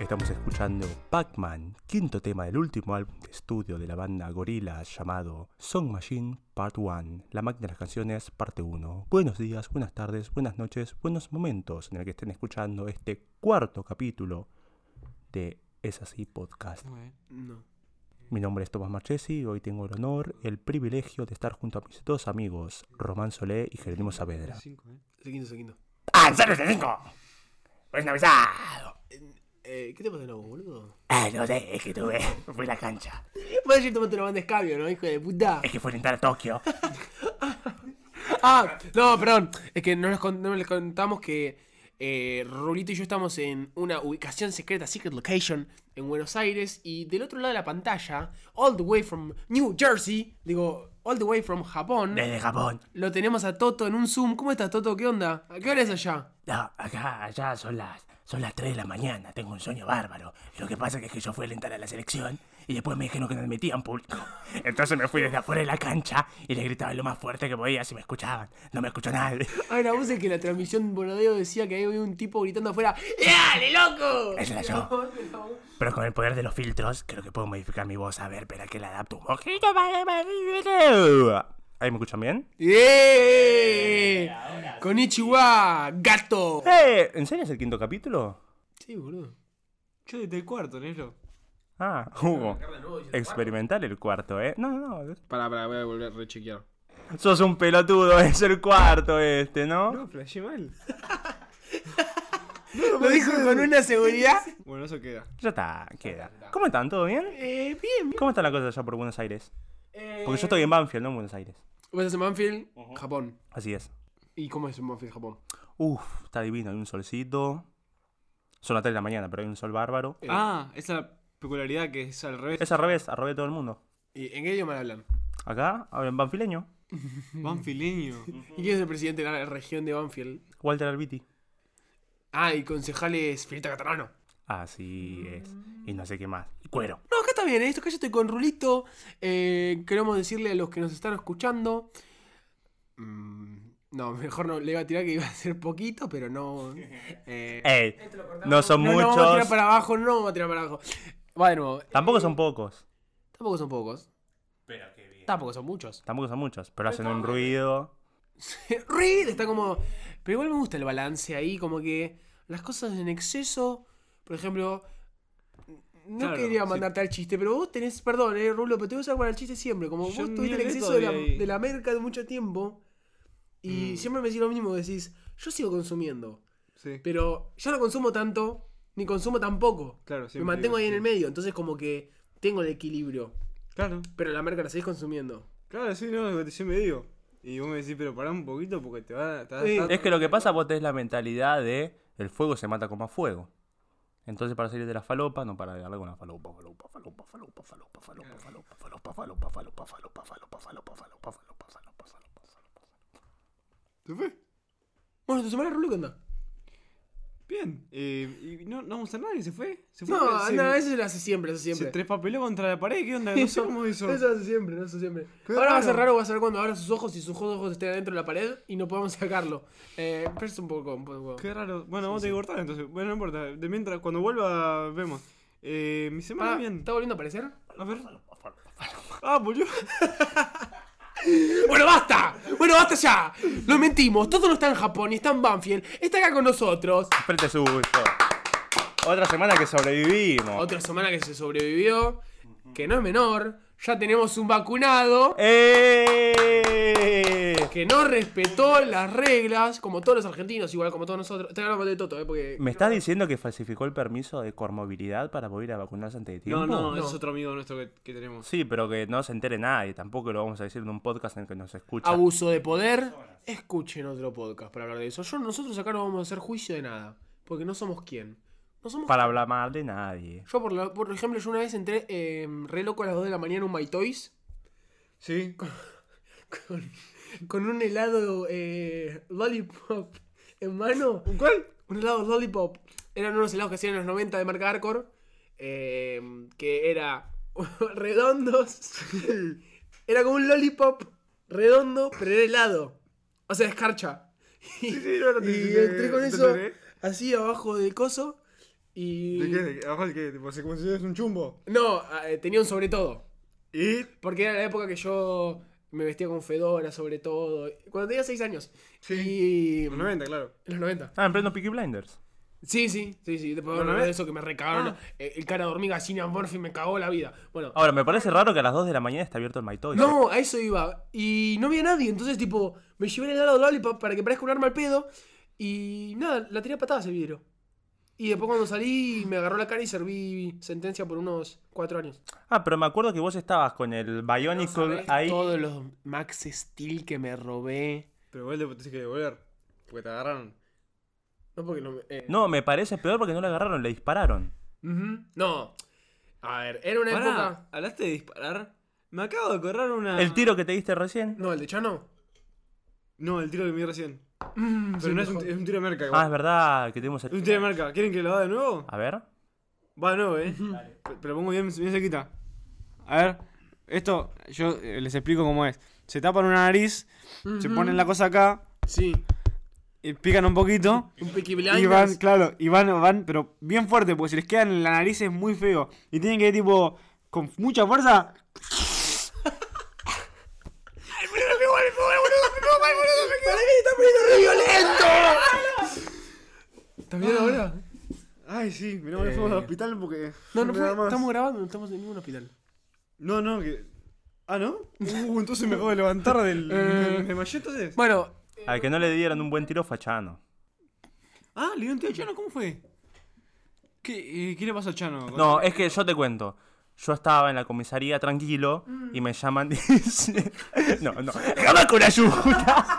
Estamos escuchando Pac-Man, quinto tema del último álbum de estudio de la banda Gorilla llamado Song Machine Part 1, la máquina de las canciones parte 1. Buenos días, buenas tardes, buenas noches, buenos momentos en el que estén escuchando este cuarto capítulo de Es así podcast. No. Mi nombre es Tomás Marchesi y hoy tengo el honor, el privilegio de estar junto a mis dos amigos, Román Solé y Jerónimo Saavedra. Cinco, ¿eh? Seguindo, seguindo. ¡Ah, en 75! ¡Pues avisado! Eh, ¿Qué te pasa en la voz, boludo? Ah, no sé, es que tuve, fui a la cancha. Vas a ir tomando una banda de escabio, ¿no, hijo de puta? Es que fue a entrar a Tokio. Ah, no, perdón. Es que no les, con- no les contamos que eh, Rulito y yo estamos en una ubicación secreta, secret location, en Buenos Aires. Y del otro lado de la pantalla, all the way from New Jersey, digo, all the way from Japón, Desde Japón. lo tenemos a Toto en un Zoom. ¿Cómo estás, Toto? ¿Qué onda? ¿A qué hora es allá? No, acá, allá son las, son las 3 de la mañana, tengo un sueño bárbaro. Lo que pasa es que yo fui a alentar a la selección y después me dijeron que no admitían público. Entonces me fui desde afuera de la cancha y le gritaba lo más fuerte que podía si me escuchaban. No me escuchó nadie. Ah, la voz es que la transmisión Bonadeo decía que ahí había un tipo gritando afuera. ¡Dale, loco! Esa era yo. Pero con el poder de los filtros, creo que puedo modificar mi voz. A ver, espera que la adapto un poquito para ¿Ahí me escuchan bien? ¡Eh! Con Ichiwa, gato. ¡Eh! ¿En serio es el quinto capítulo? Sí, boludo. Yo desde el cuarto, negro. Ah, Hugo. Experimental el cuarto, ¿eh? No, no, no. Pará, pará, voy a volver a rechequear. Sos un pelotudo, es el cuarto este, ¿no? No, flashé mal. Lo dijo con una seguridad. Bueno, eso queda. Ya está, queda. ¿Cómo están? ¿Todo bien? Eh, bien, bien. ¿Cómo están las cosas allá por Buenos Aires? Eh, Porque yo estoy en Banfield, no en Buenos Aires. Vos estás en Banfield, Japón. Así es. ¿Y cómo es en Banfield, Japón? Uf, está divino, hay un solcito. Son las 3 de la mañana, pero hay un sol bárbaro. Eh. Ah, esa es la peculiaridad que es al revés. Es al revés, al revés de todo el mundo. ¿Y en qué idioma hablan? Acá hablan banfileño. Banfileño. ¿Y quién es el presidente de la región de Banfield? Walter Albiti. Ah, y concejales Filita Catalano. Así es. Y no sé qué más. Y cuero. No, acá está bien, ¿eh? esto acá yo estoy con Rulito. Eh, queremos decirle a los que nos están escuchando. Mm, no, mejor no le iba a tirar que iba a ser poquito, pero no. eh, Ey, no son no, no vamos a tirar muchos. para abajo, no vamos a tirar para abajo. Va de nuevo. Tampoco son pocos. Tampoco son pocos. Tampoco son muchos. Tampoco son muchos, pero hacen un ruido. Ruido, está como. Pero igual me gusta el balance ahí, como que las cosas en exceso. Por ejemplo, no Claro, quería sí. mandarte al chiste, pero vos tenés. Perdón, eh, Rulo, pero te voy a usar para el chiste siempre. Como Yo vos ni tuviste el hablé exceso de la, todavía ahí. Mm. de la merca de mucho tiempo. Y siempre me decís lo mismo: decís, yo sigo consumiendo, Sí. pero ya no consumo tanto, ni consumo tampoco. Claro, sí. me mantengo ahí en el medio, entonces como que tengo el equilibrio. Claro, Pero la merca la seguís consumiendo. claro, sí, no, es lo que yo me digo. Y vos me decís, pero pará un poquito porque te va te va a. Sí. estar- Es que lo que pasa, vos tenés la mentalidad de el fuego se mata con más fuego. Entonces, para salir de la falopa, no para de darle con la falopa, falopa, falopa, falopa, falopa, falopa, falopa, falopa, falopa, falopa, falopa, falopa, falopa, falopa, falopa, falopa, falopa. ¿Te fue? Bueno, tu semana, Rulo, ¿qué onda? Bien. Eh, y no, no vamos a nadie, se fue. Se fue. No, se, no, eso lo hace siempre, eso se siempre. trespapeló contra la pared, ¿qué onda? No sé cómo hizo. Eso hace siempre, no hace siempre. Qué Ahora va a ser raro. raro, va a ser cuando abra sus ojos y sus ojos estén adentro de la pared y no podamos sacarlo. Eh, pero es un poco, un poco. Qué raro. Bueno, vamos a tener que cortar entonces. Bueno, no importa. De mientras, cuando vuelva, vemos. Eh, mi semana Ah, bien. ¿Está volviendo a aparecer? A ver. Ah, volvió. ¡Bueno, basta! ¡Bueno, basta ya! Nos mentimos, todo no está en Japón y está en Banfield, está acá con nosotros. Frente suyo. Otra semana que sobrevivimos. Otra semana que se sobrevivió, que no es menor, ya tenemos un vacunado ¡Eh! que no respetó las reglas, como todos los argentinos, igual como todos nosotros. Estoy hablando de Toto, eh, porque. ¿Me estás diciendo que falsificó el permiso de cormovilidad para poder ir a vacunarse antes de tiempo? No, no, No. ese es otro amigo nuestro que, que tenemos. Sí, pero que no se entere nadie. Tampoco lo vamos a decir en un podcast en el que nos escucha. abuso de poder, escuchen otro podcast para hablar de eso. Yo, nosotros acá no vamos a hacer juicio de nada, porque no somos quién. No somos Para hablar mal de nadie. Yo, por, la- por ejemplo, yo una vez entré eh, re loco a las 2 de la mañana en un My Toys Sí. con, con un helado eh, lollipop en mano. ¿Un cuál? Un helado lollipop. Eran unos helados que hacían en los 90 de marca Arcor, eh, que era redondos. era como un lollipop redondo, pero era helado. O sea, escarcha. Sí, sí, no, no te- y te- entré con te eso toqué. así abajo del coso Y. ¿De qué? ¿De qué? Abajo de qué? Tipo, se considera un chumbo. No, eh, tenía un sobre todo. Y. Porque era la época que yo me vestía con Fedora, sobre todo. Cuando tenía 6 años. Y. Los 90, claro. Los 90. Ah, en pleno Peaky Blinders. Sí, sí, sí, sí. Después Bueno, bueno, ¿ves? de eso que me recagaron. Ah. eh, El cara de hormiga, Gina Murphy, me cagó la vida. Bueno. Ahora, me parece raro que a las 2 de la mañana está abierto el My Toys. No, a eso iba. Y no había nadie. Entonces, tipo, me llevé el helado de Lollipop para que parezca un arma al pedo. Y nada, la tiré a patadas el vidrio. Y después cuando salí, me agarró la cara y serví sentencia por unos cuatro años. Ah, pero me acuerdo que vos estabas con el Bionicle ahí. Todos los Max Steel que me robé. Pero igual te tenés que devolver. Porque te agarraron. No, porque no... eh, No, me parece peor porque no le agarraron, le dispararon. ujú, No. A ver, era una Pará, época... ¿hablaste de disparar? Me acabo de correr una. El tiro que te diste recién. No, el de Chano. No, el tiro que me di recién. Mm, Pero sí, no es un, mejor. es un tiro de marca. Ah, igual. es verdad que tenemos Es un el. tiro de marca. ¿Quieren que lo haga de nuevo? A ver. Va de nuevo, eh. Pero lo pongo bien, bien cerquita. A ver, esto yo eh, les explico cómo es. Se tapan una nariz, se Ujú. ponen la cosa acá, Sí. y pican un poquito. Un Peaky Y van, Blinders. claro, y van, van, pero bien fuerte, porque si les quedan en la nariz es muy feo. Y tienen que ir tipo, con mucha fuerza. ¿Para qué está poniendo re violento? ¿Estás bien ahora? Ay, sí, mirá, Eh. fuimos al hospital porque. No, no, nada fue- más. estamos grabando, no estamos en ningún hospital. No, no, que. Ah, ¿no? Uh, entonces me acabo de levantar del. del- del mayor, entonces. Eh. Bueno, Al que no le dieron un buen tiro fue a Chano. Ah, le dio un tío a Chano, ¿cómo fue? ¿Qué, eh, qué le pasó a Chano? No, es que yo te cuento. Yo estaba en la comisaría tranquilo y me llaman. dice- no, no. ¡Jamás con ayuda!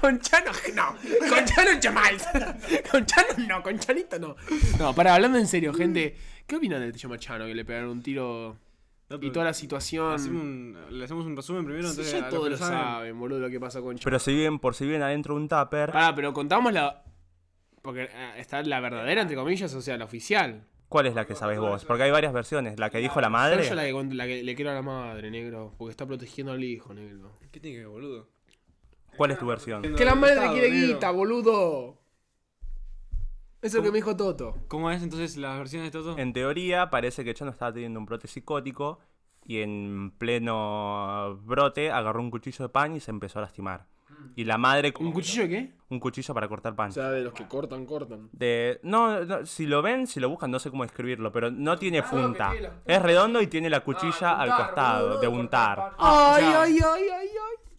con Chano no, con Chano chamal. Con Chano no, con Chanito no. No, para hablando en serio, gente, ¿qué opinan de te llama Chano que le pegaron un tiro y toda la Hacemos situación? un- le hacemos un resumen primero, Sí, entonces. a ya los todos que lo saben. saben, boludo, lo que pasó con Chano. Pero si bien, por si bien adentro un tupper. Ah, pero contamos la porque ah, está la verdadera entre comillas, o sea, la oficial. ¿Cuál es la que sabes vos? Porque hay varias versiones. La que dijo la Pero madre. yo la que, cont- la que le quiero a la madre, negro, porque está protegiendo al hijo, negro. ¿Qué tiene que ver, boludo? ¿Cuál es tu versión? Que la madre te Estado, quiere negro. guita, boludo. Eso es lo que me dijo Toto. ¿Cómo es entonces las versiones de Toto? En teoría parece que Chano estaba teniendo un brote psicótico y en pleno brote agarró un cuchillo de pan y se empezó a lastimar. Y la madre Mm. ¿Un cuchillo de qué? un cuchillo para cortar pan. O sea, de los que cortan, cortan. De, no, no, si lo ven, si lo buscan, no sé cómo escribirlo, pero no tiene Ah, no, que punta. tiene la- Ah, Es redondo y tiene la cuchilla al costado, de untar. Ay, o sea- ay, ay, ay, ay.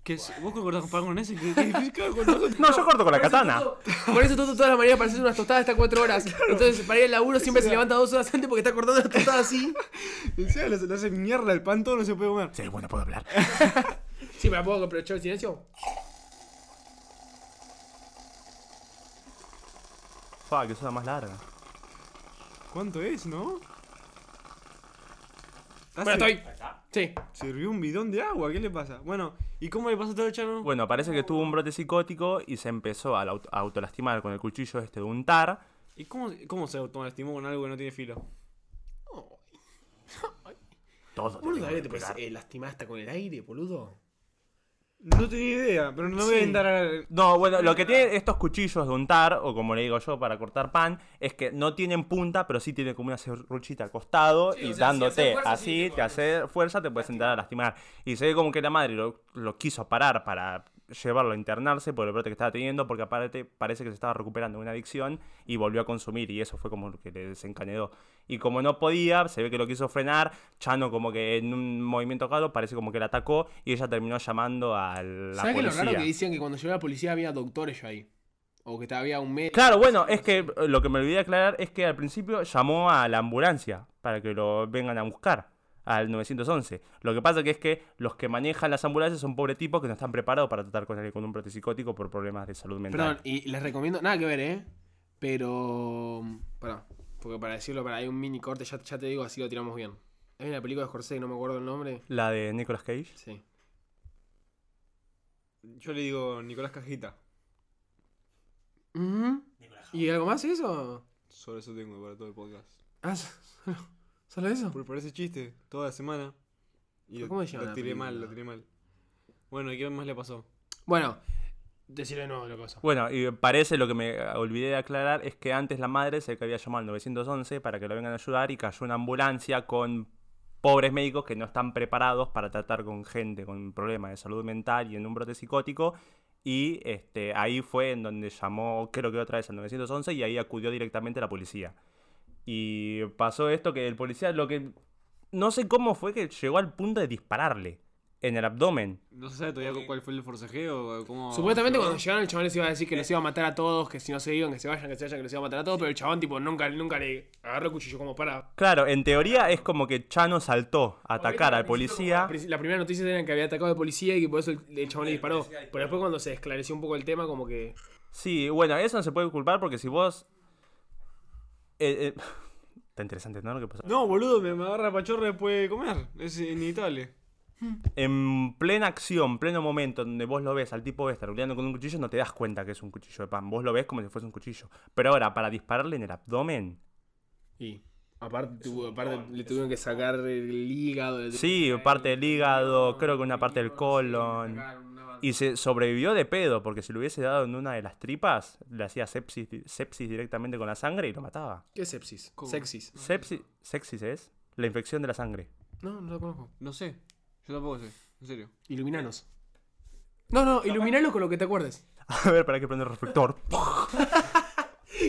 ¿Qué es? ¿Vos concordás con pan con ese? ¿Qué, qué difícil que hago con nosotros? No, yo corto con la katana. Por eso Toto todas las mañanas para hacer unas tostadas está cuatro horas. Entonces, para ir al laburo siempre se levanta dos horas antes porque está cortando las tostadas así. Encima le hace- le hace mierda el pan, todo no se puede comer. Sí, bueno, puedo hablar. Sí, me la puedo aprovechar el silencio. Fua, que suena más larga. ¿Cuánto es, no? Bueno, Hace- estoy. Ah, Sí. Sirvió un bidón de agua, ¿qué le pasa? Bueno, ¿y cómo le pasó todo el chano? Bueno, parece que tuvo un brote psicótico y se empezó a la aut- a autolastimar con el cuchillo este de untar. ¿Y cómo, cómo se autolastimó con algo que no tiene filo? Todo. te Boludo, tengo ¿qué que te puedes pegar. eh, lastimar hasta con el aire, boludo? No tenía idea, pero no voy a Sí. intentar. a- No, bueno, lo que tienen estos cuchillos de untar, o como le digo yo, para cortar pan, es que no tienen punta, pero sí tienen como una serruchita al costado y o sea, si dándote. haces fuerza, sí, así te te hace fuerza, te puedes entrar a lastimar. Y se ve como que la madre lo, lo quiso parar para llevarlo a internarse por el brote que estaba teniendo, porque aparte parece que se estaba recuperando de una adicción y volvió a consumir, y eso fue como lo que le desencadenó. Y como no podía, se ve que lo quiso frenar, Chano como que en un movimiento claro parece como que la atacó, y ella terminó llamando a la ¿Sabes que lo policía. raro que decían que cuando llegó la policía había doctores ahí? O que había un médico. Claro, bueno, es que eh, lo que me olvidé aclarar es que al principio llamó a la ambulancia para que lo vengan a buscar al 911. Lo que pasa que es que los que manejan las ambulancias son pobres tipos que no están preparados para tratar con alguien con un brote psicótico por problemas de salud mental. Perdón, y les recomiendo, nada que ver, ¿eh? Pero. mm, Pará, porque para decirlo, para hay un mini corte, ya, ya te digo, así lo tiramos bien. Hay una película de Scorsese, no me acuerdo el nombre. La de Nicolas Cage. Sí. Yo le digo Nicolás Cajita. Ujú. ¿Y algo más eso? Sobre eso tengo para todo el podcast. Ah, solo, solo eso. Por, por ese chiste, toda la semana. Y ¿Pero lo, cómo se llama lo la tiré mal, lo película? tiré mal. Bueno, ¿y qué más le pasó? Bueno, Decirle no la cosa. Bueno, y parece lo que me olvidé de aclarar es que antes la madre se que había llamado al 911 para que lo vengan a ayudar y cayó una ambulancia con pobres médicos que no están preparados para tratar con gente con problemas de salud mental y en un brote psicótico. Y este, ahí fue en donde llamó, creo que otra vez al 911 y ahí acudió directamente la policía. Y pasó esto que el policía lo que... No sé cómo fue que llegó al punto de dispararle en el abdomen. No se sabe todavía cuál fue el forcejeo. Cómo Supuestamente cuando llegaron el chabón les iba a decir que los iba a matar a todos, que si no se iban, que se vayan, que se vayan, que los iba a matar a todos, pero el chabón tipo nunca, nunca le agarró el cuchillo como para... Claro, en teoría es como que Chano saltó a atacar al policía. La primera noticia era que había atacado al policía y que por eso el, el chabón le disparó. Pero después cuando se esclareció un poco el tema, como que... Sí, bueno, eso no se puede culpar porque si vos. Eh, eh, Está interesante, ¿no? Lo que pasó. No, boludo, me, me agarra pachorra después de comer. Es inevitable. En plena acción, pleno momento donde vos lo ves al tipo este rodeando con un cuchillo, no te das cuenta que es un cuchillo de pan. Vos lo ves como si fuese un cuchillo. Pero ahora, para dispararle en el abdomen. Y aparte, tuvo- aparte le tuvieron que sacar el hígado. le Sí, tuvieron que parte del hígado, No, creo que una parte del no sé, colon. sacar una banda. Y se sobrevivió de pedo, porque si lo hubiese dado en una de las tripas, le hacía sepsis, sepsis directamente con la sangre y lo mataba. ¿Qué es sepsis? ¿Cómo? Sexis. Sepsis, sepsis es la infección de la sangre. No, no lo conozco. No sé. Yo tampoco sé. En serio. Iluminanos. No, no, iluminanos con lo que te acuerdes. A ver, para que prender el reflector.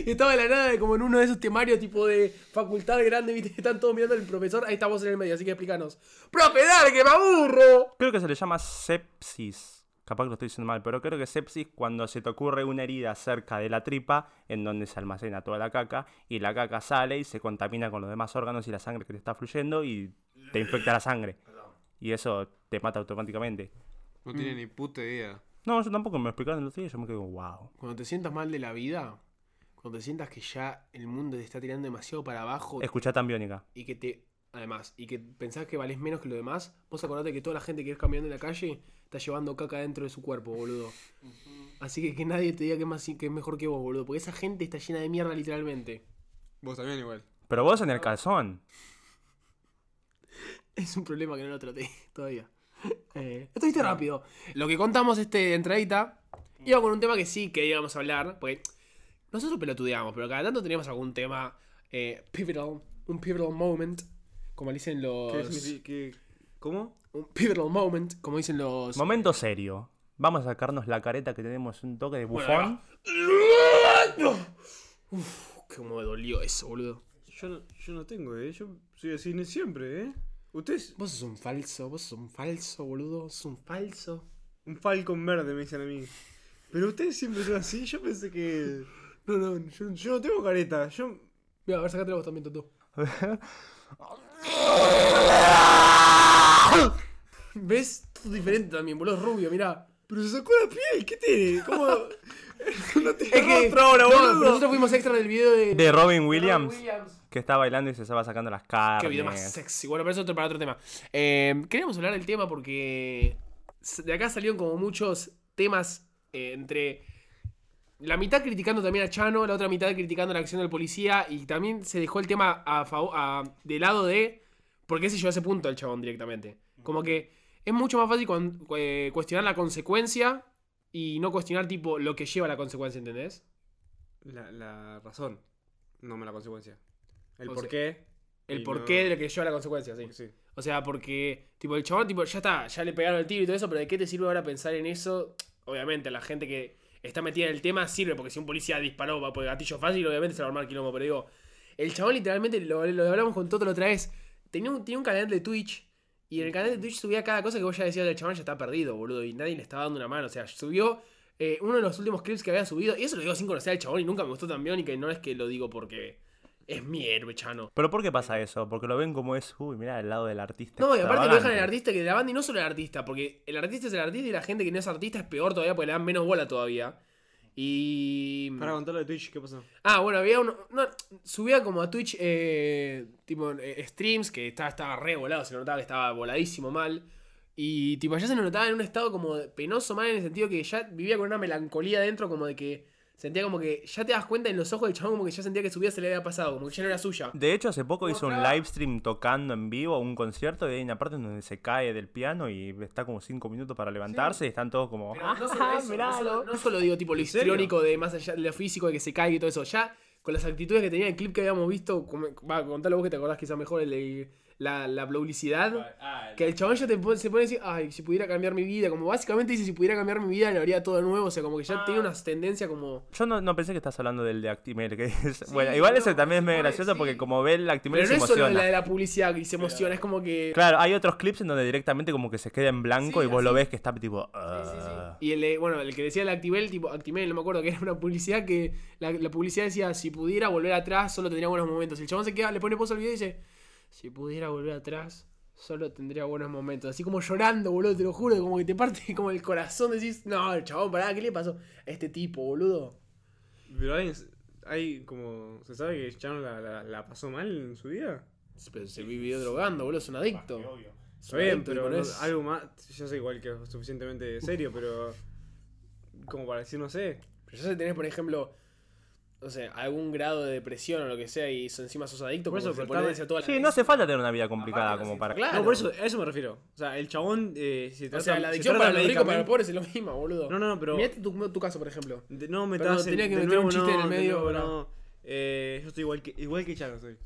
Y estaba de la nada como en uno de esos temarios tipo de facultad grande, viste, están todos mirando al profesor, ahí está vos en el medio, así que explícanos. ¡Profe, dale, que me aburro! Creo que se le llama sepsis. Capaz que lo estoy diciendo mal, pero creo que sepsis cuando se te ocurre una herida cerca de la tripa en donde se almacena toda la caca y la caca sale y se contamina con los demás órganos y la sangre que te está fluyendo y te infecta la sangre. Y eso te mata automáticamente. No tiene ni puta idea. No, yo tampoco me lo explicaron el otro día y yo me quedo wow. Cuando te sientas mal de la vida, cuando te sientas que ya el mundo te está tirando demasiado para abajo Escuchá tan biónica. y que te. Además, y que pensás que valés menos que lo demás, vos acordate que toda la gente que ves caminando en la calle está llevando caca dentro de su cuerpo, boludo. Así que que nadie te diga que es, más, que es mejor que vos, boludo, porque esa gente está llena de mierda literalmente. Vos también igual. Pero vos en el calzón. Es un problema que no lo traté todavía. Eh, esto viste rápido. Mm. Lo que contamos este entradita iba con un tema que sí que íbamos a hablar, porque nosotros pelotudeamos, pero cada tanto teníamos algún tema eh, pivotal, un pivotal moment, como le dicen los... ¿Cómo? Un pivotal moment, como dicen los... Momento serio. Vamos a sacarnos la careta que tenemos un toque de bufón. Bueno, Uf, cómo me dolió eso, boludo. Yo no, yo no tengo, eh. Yo soy así ni siempre, eh. Usted es Vos sos un falso, vos sos un falso, boludo. Sos un falso. un falcon verde, me dicen a mí. Pero ustedes siempre son así. Yo pensé que. No, no, yo... Yo no tengo careta. Yo. Mira, a ver, sacate la voz también, Toto. ¿Ves? Todo diferente también, boludo, es rubio, mirá. Pero se sacó la piel. ¿Qué tiene? ¿Cómo.? no tiene Es que rostro ahora, no, boludo. nosotros fuimos extra del video de... De Robin Williams, que está bailando y se estaba sacando las carnes. Qué video más sexy. Bueno, pero eso es otro- para otro tema. Eh, queríamos hablar del tema porque s- de acá salieron como muchos temas eh, entre la mitad criticando también a Chano, la otra mitad criticando la acción del policía y también se dejó el tema a favor, de lado de por qué se llegó a ese punto el chabón directamente. Como que es mucho más fácil cuan- cu- eh, cuestionar la consecuencia y no cuestionar tipo lo que lleva a la consecuencia, ¿entendés? La, la razón, no me la consecuencia. El O por sea, qué. El y porqué no- de lo que lleva a la consecuencia, sí. Sí. O sea, porque, tipo, el chabón, tipo, ya está, ya le pegaron el tiro y todo eso, pero ¿de qué te sirve ahora pensar en eso? Obviamente, a la gente que está metida en el tema sirve, porque si un policía disparó va por el gatillo fácil, obviamente se va a armar quilombo, pero digo, el chabón literalmente, lo, lo hablamos con Toto la otra vez, tenía un, tenía un canal de Twitch, y en el canal de Twitch subía cada cosa que vos ya decías, el chabón ya está perdido, boludo, y nadie le estaba dando una mano, o sea, subió... eh, uno de los últimos clips que había subido, y eso lo digo sin conocer al chabón y nunca me gustó tan bien, y que no es que lo digo porque es mi héroe, chano. Pero ¿por qué pasa eso? Porque lo ven como es, uy, mira el lado del artista. No, y aparte lo dejan extravagante. el artista que de la banda y no solo el artista, porque el artista es el artista y la gente que no es artista es peor todavía porque le dan menos bola todavía. Y. Para contarlo de Twitch, ¿qué pasó? Ah, bueno, había uno. no, subía como a Twitch eh, tipo eh, streams que estaba, estaba re volado, se notaba que estaba voladísimo mal. Y tipo, ya se lo notaba en un estado como de- penoso mal en el sentido que ya vivía con una melancolía dentro, como de que Sentía como que ya te das cuenta en los ojos del chabón como que ya sentía que su vida se le había pasado, como que ya no era suya. De hecho, hace poco hizo un Mostraba- live stream tocando en vivo un concierto y hay una parte en donde se cae del piano y está como cinco minutos para levantarse y están todos como... "Ah". Pero no solo eso, no solo, no solo digo tipo lo serio? histriónico de más allá de lo físico, de que se caiga y todo eso, ya con las actitudes que tenía en el clip que habíamos visto, como- va, contalo vos que te acordás quizá mejor el de la, la publicidad. Que el chabón ya te pone- se pone a decir, ay, si pudiera cambiar mi vida. Como básicamente dice, si pudiera cambiar mi vida, le haría todo de nuevo. O sea, como que ya tiene una tendencia como. Yo no, no pensé que estás hablando del de Actimel, que es... bueno, igual ese también es medio gracioso porque como ve el Actimel Pero no se es solo emociona. la de la publicidad y se emociona, es como que. Claro, hay otros clips en donde directamente como que se queda en blanco Sí, y vos así. lo ves que está tipo... "Ah". Y el, de- bueno, el que decía el Actimel, tipo Actimel, no me acuerdo, que era una publicidad que la, la publicidad decía, si pudiera volver atrás, solo tendría buenos momentos. Y el chabón se queda, le pone pausa al video y dice, si pudiera volver atrás, solo tendría buenos momentos. Así como llorando, boludo, te lo juro, como que te parte como el corazón, decís, no, el chabón, pará, ¿qué le pasó? A este tipo, boludo. Pero hay, hay como. ¿Se sabe que Chan la, la, la pasó mal en su vida? Pero se vivió drogando, boludo, es un adicto. Es Está un bien, adicto, pero tipo, no no- es- algo más. Ya sé igual que es suficientemente serio, pero. Como para decir, no sé. Pero ya si tenés, por ejemplo, no sé, algún grado de depresión o lo que sea, y so- encima sos adicto, por Por eso, eso se pero pone tarde- adicto a toda la Sí, gente. no hace falta tener una vida complicada Aparte, como sí, para... claro. No, por eso, a eso me refiero. O sea, el chabón. Eh, se O trata- sea, la se adicción trata para los ricos, para medicamente- los pobres es lo mismo, boludo. No, no, no, pero. Mirate tu, tu caso, por ejemplo. de- no me Perdón, estás tenía que meter un chiste en el medio, No, pará. no. Eh, yo estoy igual que, igual que Chano soy.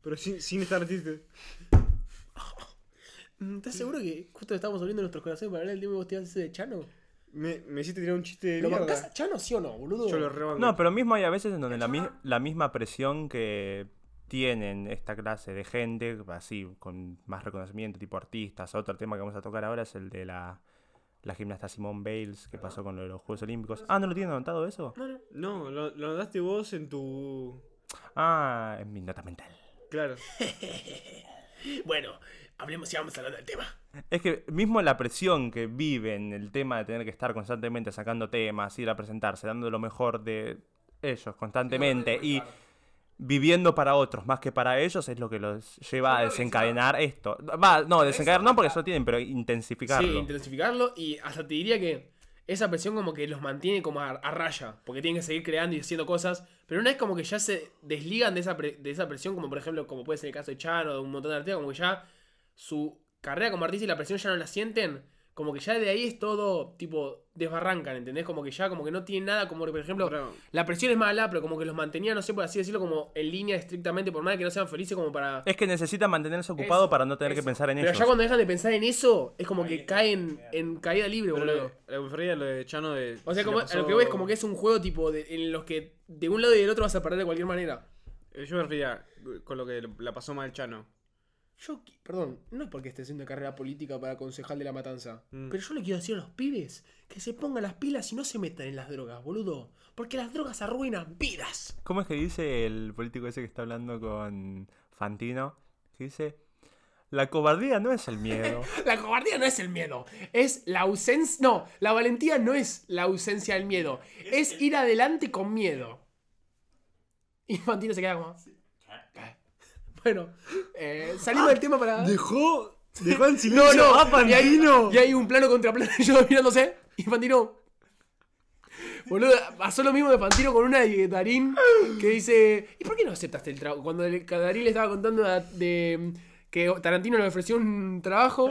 Pero sin, sin estar triste. Mm, ¿Estás seguro que justo estamos abriendo nuestros corazones para hablar del tema que vos te ibas a hacer de Chano? Me, me hiciste tirar un chiste de ¿Lo mierda. bancás a Chano, sí o no, boludo? Yo lo rebanco. No, pero mismo hay a veces en donde la, mi- la misma presión que tienen esta clase de gente, así, con más reconocimiento, tipo artistas. Otro tema que vamos a tocar ahora es el de la, la gimnasta Simone Bales, que pasó con lo de los Juegos Olímpicos. Ah, ¿no lo tienen anotado eso? No, lo, lo daste vos en tu. Ah, en mi nota mental. Claro. Bueno, hablemos y vamos hablando del tema. Es que mismo la presión que viven, el tema de tener que estar constantemente sacando temas, ir a presentarse, dando lo mejor de ellos constantemente y viviendo para otros más que para ellos es lo que los lleva a desencadenar esto. Va, no, desencadenar no porque eso tienen, pero intensificarlo. Sí, intensificarlo y hasta te diría que esa presión como que los mantiene como a, a raya, porque tienen que seguir creando y haciendo cosas, pero una vez como que ya se desligan de esa, pre- de esa presión, como por ejemplo, como puede ser el caso de Chano o de un montón de artistas, como que ya su carrera como artista y la presión ya no la sienten, como que ya de ahí es todo tipo desbarrancan, ¿entendés? Como que ya como que no tienen nada, como que por ejemplo... este Pero- La presión es mala, pero como que los mantenía, no sé por así decirlo, como en línea estrictamente, por más que no sean felices, como para Es que necesitan mantenerse ocupado Eso, para no tener que eso. pensar en pero ellos. ya cuando dejan de pensar en eso, es como que caen en caída libre, pero lo, boludo. lo que me refería a lo de Chano de. O sea, si como, la a lo que pasó- voy es como que es un juego tipo de- en los que de un lado y del otro vas a perder de cualquier manera. Eh, Yo me refería con lo que la pasó mal Chano. Yo, qui- perdón, no es porque esté haciendo carrera política para concejal de la matanza, Mm. pero yo le quiero decir a los pibes que se pongan las pilas y no se metan en las drogas, boludo. Porque las drogas arruinan vidas. ¿Cómo es que dice el político ese que está hablando con Fantino? Que dice, la cobardía no es el miedo. La cobardía no es el miedo, es la ausencia. No, la valentía no es la ausencia del miedo, es ir adelante con miedo. Y Fantino se queda como. "Ah". Bueno, eh, salimos del tema para. Dejó. Dejó en No, silencio. no, y hay, y hay un plano contra plano y yo mirándose. Y Fantino. Boludo, pasó lo mismo de Fantino con una de Darín que dice. ¿Y por qué no aceptaste el trabajo? Cuando el- que Darín le estaba contando a- de. que Tarantino le ofreció un trabajo.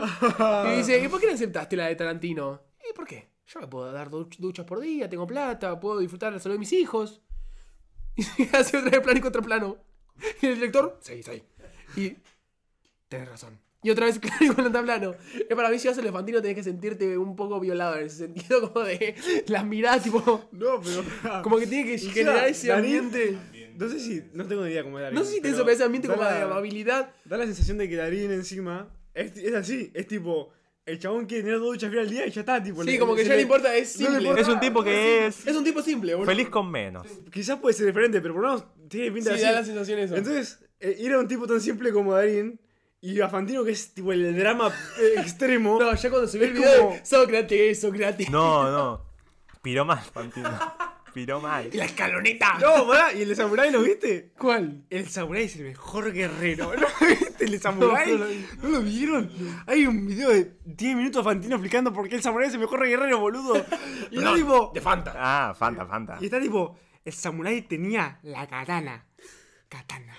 Y dice, ¿y por qué no aceptaste la de Tarantino? ¿Y por qué? Yo me puedo dar duch- duchas por día, tengo plata, puedo disfrutar de la salud de mis hijos. Y se hace otra vez plano y contraplano. Y el director, sí, sí. Y Tenés razón. Y otra vez, claro, igual está plano. Es para mí, si vas al elefantino, tenés que sentirte un poco violado en ese sentido, como de las miradas, tipo. No, pero. Como que tiene que Y generar encima, ese Darín- ambiente. No sé si. No tengo ni idea cómo es Darín. No sé si te pero hizo ese ambiente da como de la- amabilidad. Da la sensación de que Darín encima. Es, es así. Es tipo. El chabón quiere tener dos duchas frías al día y ya está, tipo. Sí, como que se ya le importa, es no le simple. importa. es un tipo que es Es un tipo simple, boludo. feliz con menos. Quizás puede ser diferente, pero por lo menos tiene Sí, pinta de da la así. sensación eso. Entonces, eh, ir a un tipo tan simple como Darín y a Fantino, que es tipo el drama eh, extremo. no, ya cuando subí el es video como- de Sócrates, Sócrates. No, no. Piromán, Fantino. Transpiró mal. ¡La escaloneta! No, pará, ¿y el de Samurai lo viste? ¿Cuál? El Samurai es el mejor guerrero. ¿No viste el de Samurai? No, no lo vi. ¿No lo vieron? Hay un video de 10 minutos de Fantino explicando por qué el Samurai es el mejor guerrero, boludo. Y está Perdón, tipo. De Fanta. Ah, Fanta, Fanta. Y está tipo. El Samurai tenía la katana. Katana.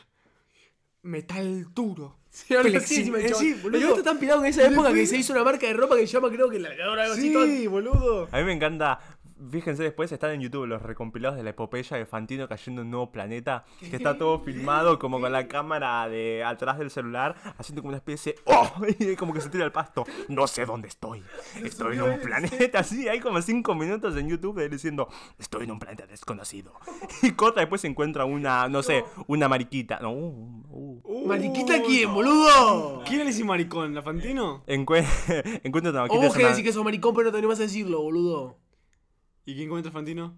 Metal duro. Sí, ahora Flexi- sí, me Eh, chabón. sí, El boludo. gato está pirado en esa Y época que después- se hizo una marca de ropa que se llama, creo que la o algo así. todo- Sí, boludo. A mí me encanta. Fíjense, después están en YouTube los recompilados de la epopeya de Fantino cayendo en un nuevo planeta. Que está todo filmado como con la cámara de atrás del celular, haciendo como una especie. ¡Oh! Y como que se tira al pasto. No sé dónde estoy. Estoy en un planeta. Así, hay como cinco minutos en YouTube de él diciendo: Estoy en un planeta desconocido. Y Cota después encuentra una, no sé, una mariquita. No, uh, uh. ¿Mariquita quién, no. boludo? ¿Quién le dice maricón? ¿La Fantino? Encue- encuentra una O mariquita. vos querés decir Oh, que sos maricón, pero no te animás a decirlo, boludo. ¿Y quién comenta Fantino?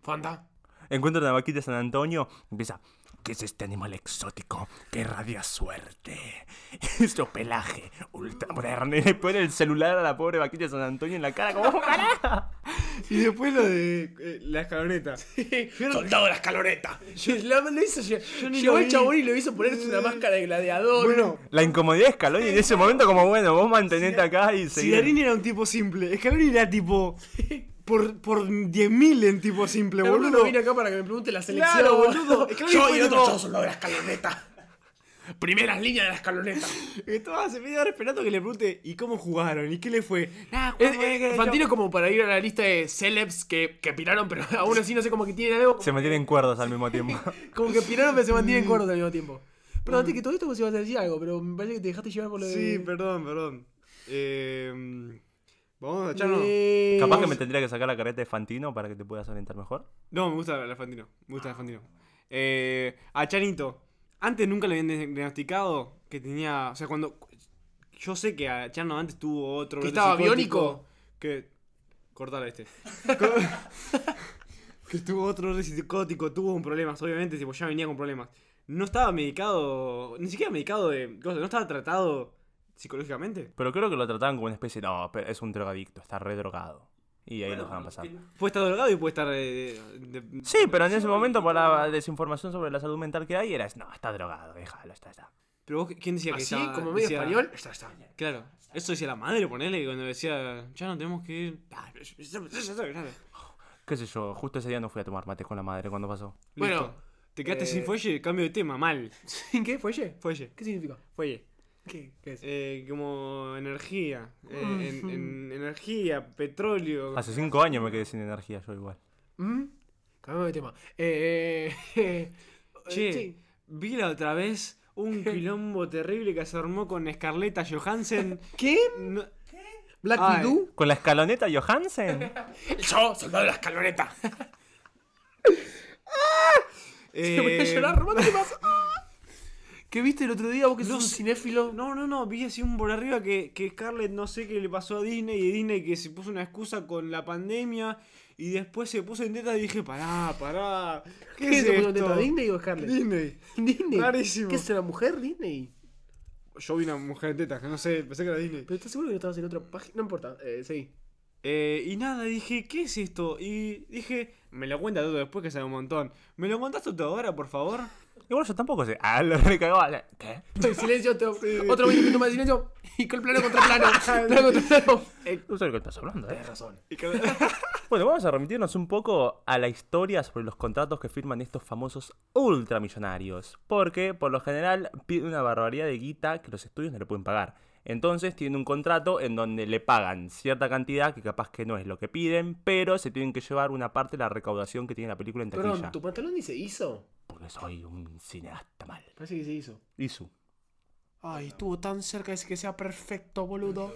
Fanta. Encuentra una vaquita de San Antonio, empieza. ¿Qué es este animal exótico que irradia suerte? Su pelaje ultramoderno. Y le pone el celular a la pobre vaquita de San Antonio en la cara como "Oh, carajo". Y después lo de eh, la escaloneta. Soldado de la escaloneta. Lo, lo hizo, lle- ni llegó lo el vi. chabón y lo Mm. hizo ponerse una máscara de gladiador. Bueno, La incomodidad de Scaloni en ese momento como, bueno, vos mantenete acá y seguí. Sidarini era un tipo simple. Scaloni era tipo. Por, por 10.000 en tipo simple, Pero boludo. boludo vino acá para que me pregunte la selección, Claro, boludo. boludo. Es que alguien fue tipo- soldado de la escaloneta. Primeras líneas de la escaloneta. Estaba hace media hora esperando que le pregunte, ¿y cómo jugaron? ¿Y qué le fue? Nah, Es- jugamos bien, es- qué sé yo. Fantino como para ir a la lista de celebs que, que piraron, pero aún así no sé cómo que tienen algo. Se mantienen cuerdos al mismo tiempo. Como que piraron pero se mantienen cortos al mismo tiempo. Pero antes que todo esto vos ibas a decir algo, pero me parece que te dejaste llevar por lo de... Sí, perdón, perdón. Eh, Vamos a echarnos. de- Capaz que me tendría que sacar la carreta de Fantino para que te puedas orientar mejor. No, me gusta la Fantino. Me gusta la Ah. Fantino. Eh, a Chanito. Antes nunca le habían diagnosticado que tenía. O sea, cuando. Yo sé que a Chano antes tuvo otro. ¿Que brote estaba psicótico biónico? Que. Cortala este. Co- que tuvo otro brote psicótico, tuvo un problema, obviamente, tipo, ya venía con problemas. No estaba medicado. Ni siquiera medicado de. cosas, no estaba tratado psicológicamente. Pero creo que lo trataban como una especie, no, pero es un drogadicto, está re drogado. Y ahí lo dejaban pasar. Puede estar drogado y puede estar. eh, de- de- Sí, pero en ese momento por la desinformación sobre la salud mental que hay era, no, está drogado, déjalo, está, está. Pero vos, ¿quién decía que Así, estaba- como medio decía- español, está, está. Claro, eso decía la madre, ponele, cuando decía, ya no tenemos que ir. Ah, ya sabe, ya sabe, claro. qué sé yo, justo ese día no fui a tomar mate con la madre cuando pasó. Bueno, Listo. te quedaste eh, sin fuelle, cambio de tema, mal. ¿Qué? ¿Fuelle? Fuelle, ¿Qué significa? fuelle. ¿Qué, qué es? Eh, como energía, eh, en- en- energía, Ah, petróleo. Hace cinco años me quedé sin energía yo igual. ¿Mm? Cambiamos de tema. Eh, eh, Che, eh, sí. vi la otra vez un quilombo terrible que se armó con Scarletta Johansen. ¿Qué? No- ¿Black Ay. Widow? ¿Con la escaloneta Johansen? Yo, soldado de la escaloneta. eh, voy a llorar, Román, ¿qué pasa? ¿Qué viste el otro día vos que sos un cinéfilo? No, no, no, vi así un por arriba que, que Scarlett no sé qué le pasó a Disney y Disney que se puso una excusa con la pandemia y después se puso en teta y dije, pará, pará. ¿Qué, ¿Qué es se puso esto? en teta, Disney o Scarlett? Disney. Disney. Rarísimo. ¿Qué es una mujer Disney? Yo vi una mujer en teta, no sé, pensé que era Disney. Pero estás seguro que no estabas en otra página. No importa, eh, seguí. Eh, y nada, dije, ¿qué es esto? Y dije, me lo cuenta todo después que sabe un montón. ¿Me lo contaste todo ahora, por favor? Igual yo tampoco sé. Ah, lo recagaba. la- ¿Qué? Silencio, otro, otro 20 minutos más de silencio. Y con plano contra plano. plano contra plano. No sé de qué estás hablando, eh. razón. Y que- Bueno, vamos a remitirnos un poco a la historia sobre los contratos que firman estos famosos ultramillonarios. Porque, por lo general, piden una barbaridad de guita que los estudios no le pueden pagar. Entonces tienen un contrato en donde le pagan cierta cantidad, que capaz que no es lo que piden, pero se tienen que llevar una parte de la recaudación que tiene la película en taquilla. Perdón, ¿tu pantalón dice hizo? Porque soy un cineasta mal. Parece que se hizo. Isu. Ay, estuvo tan cerca de que sea perfecto, boludo.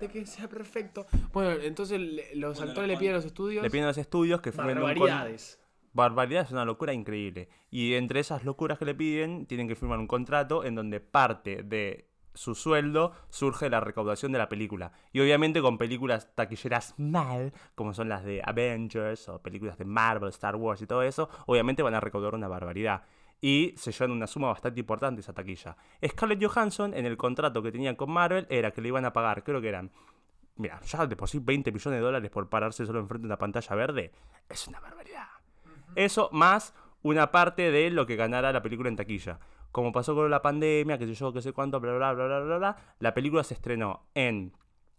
De que sea perfecto. Bueno, entonces le- los actores le piden a los estudios. Le piden a los estudios que firmen un con... barbaridades. Barbaridad es una locura increíble. Y entre esas locuras que le piden, tienen que firmar un contrato en donde parte de su sueldo surge la recaudación de la película. Y obviamente con películas taquilleras mal, como son las de Avengers o películas de Marvel, Star Wars y todo eso, obviamente van a recaudar una barbaridad. Y se llevan una suma bastante importante esa taquilla. Scarlett Johansson, en el contrato que tenía con Marvel, era que le iban a pagar, creo que eran Mira, ya de por sí 20 millones de dólares por pararse solo enfrente de una pantalla verde es una barbaridad. Eso más una parte de lo que ganara la película en taquilla. Como pasó con la pandemia, que sé yo, qué sé cuánto, bla, bla, bla, bla, bla, bla, la película se estrenó en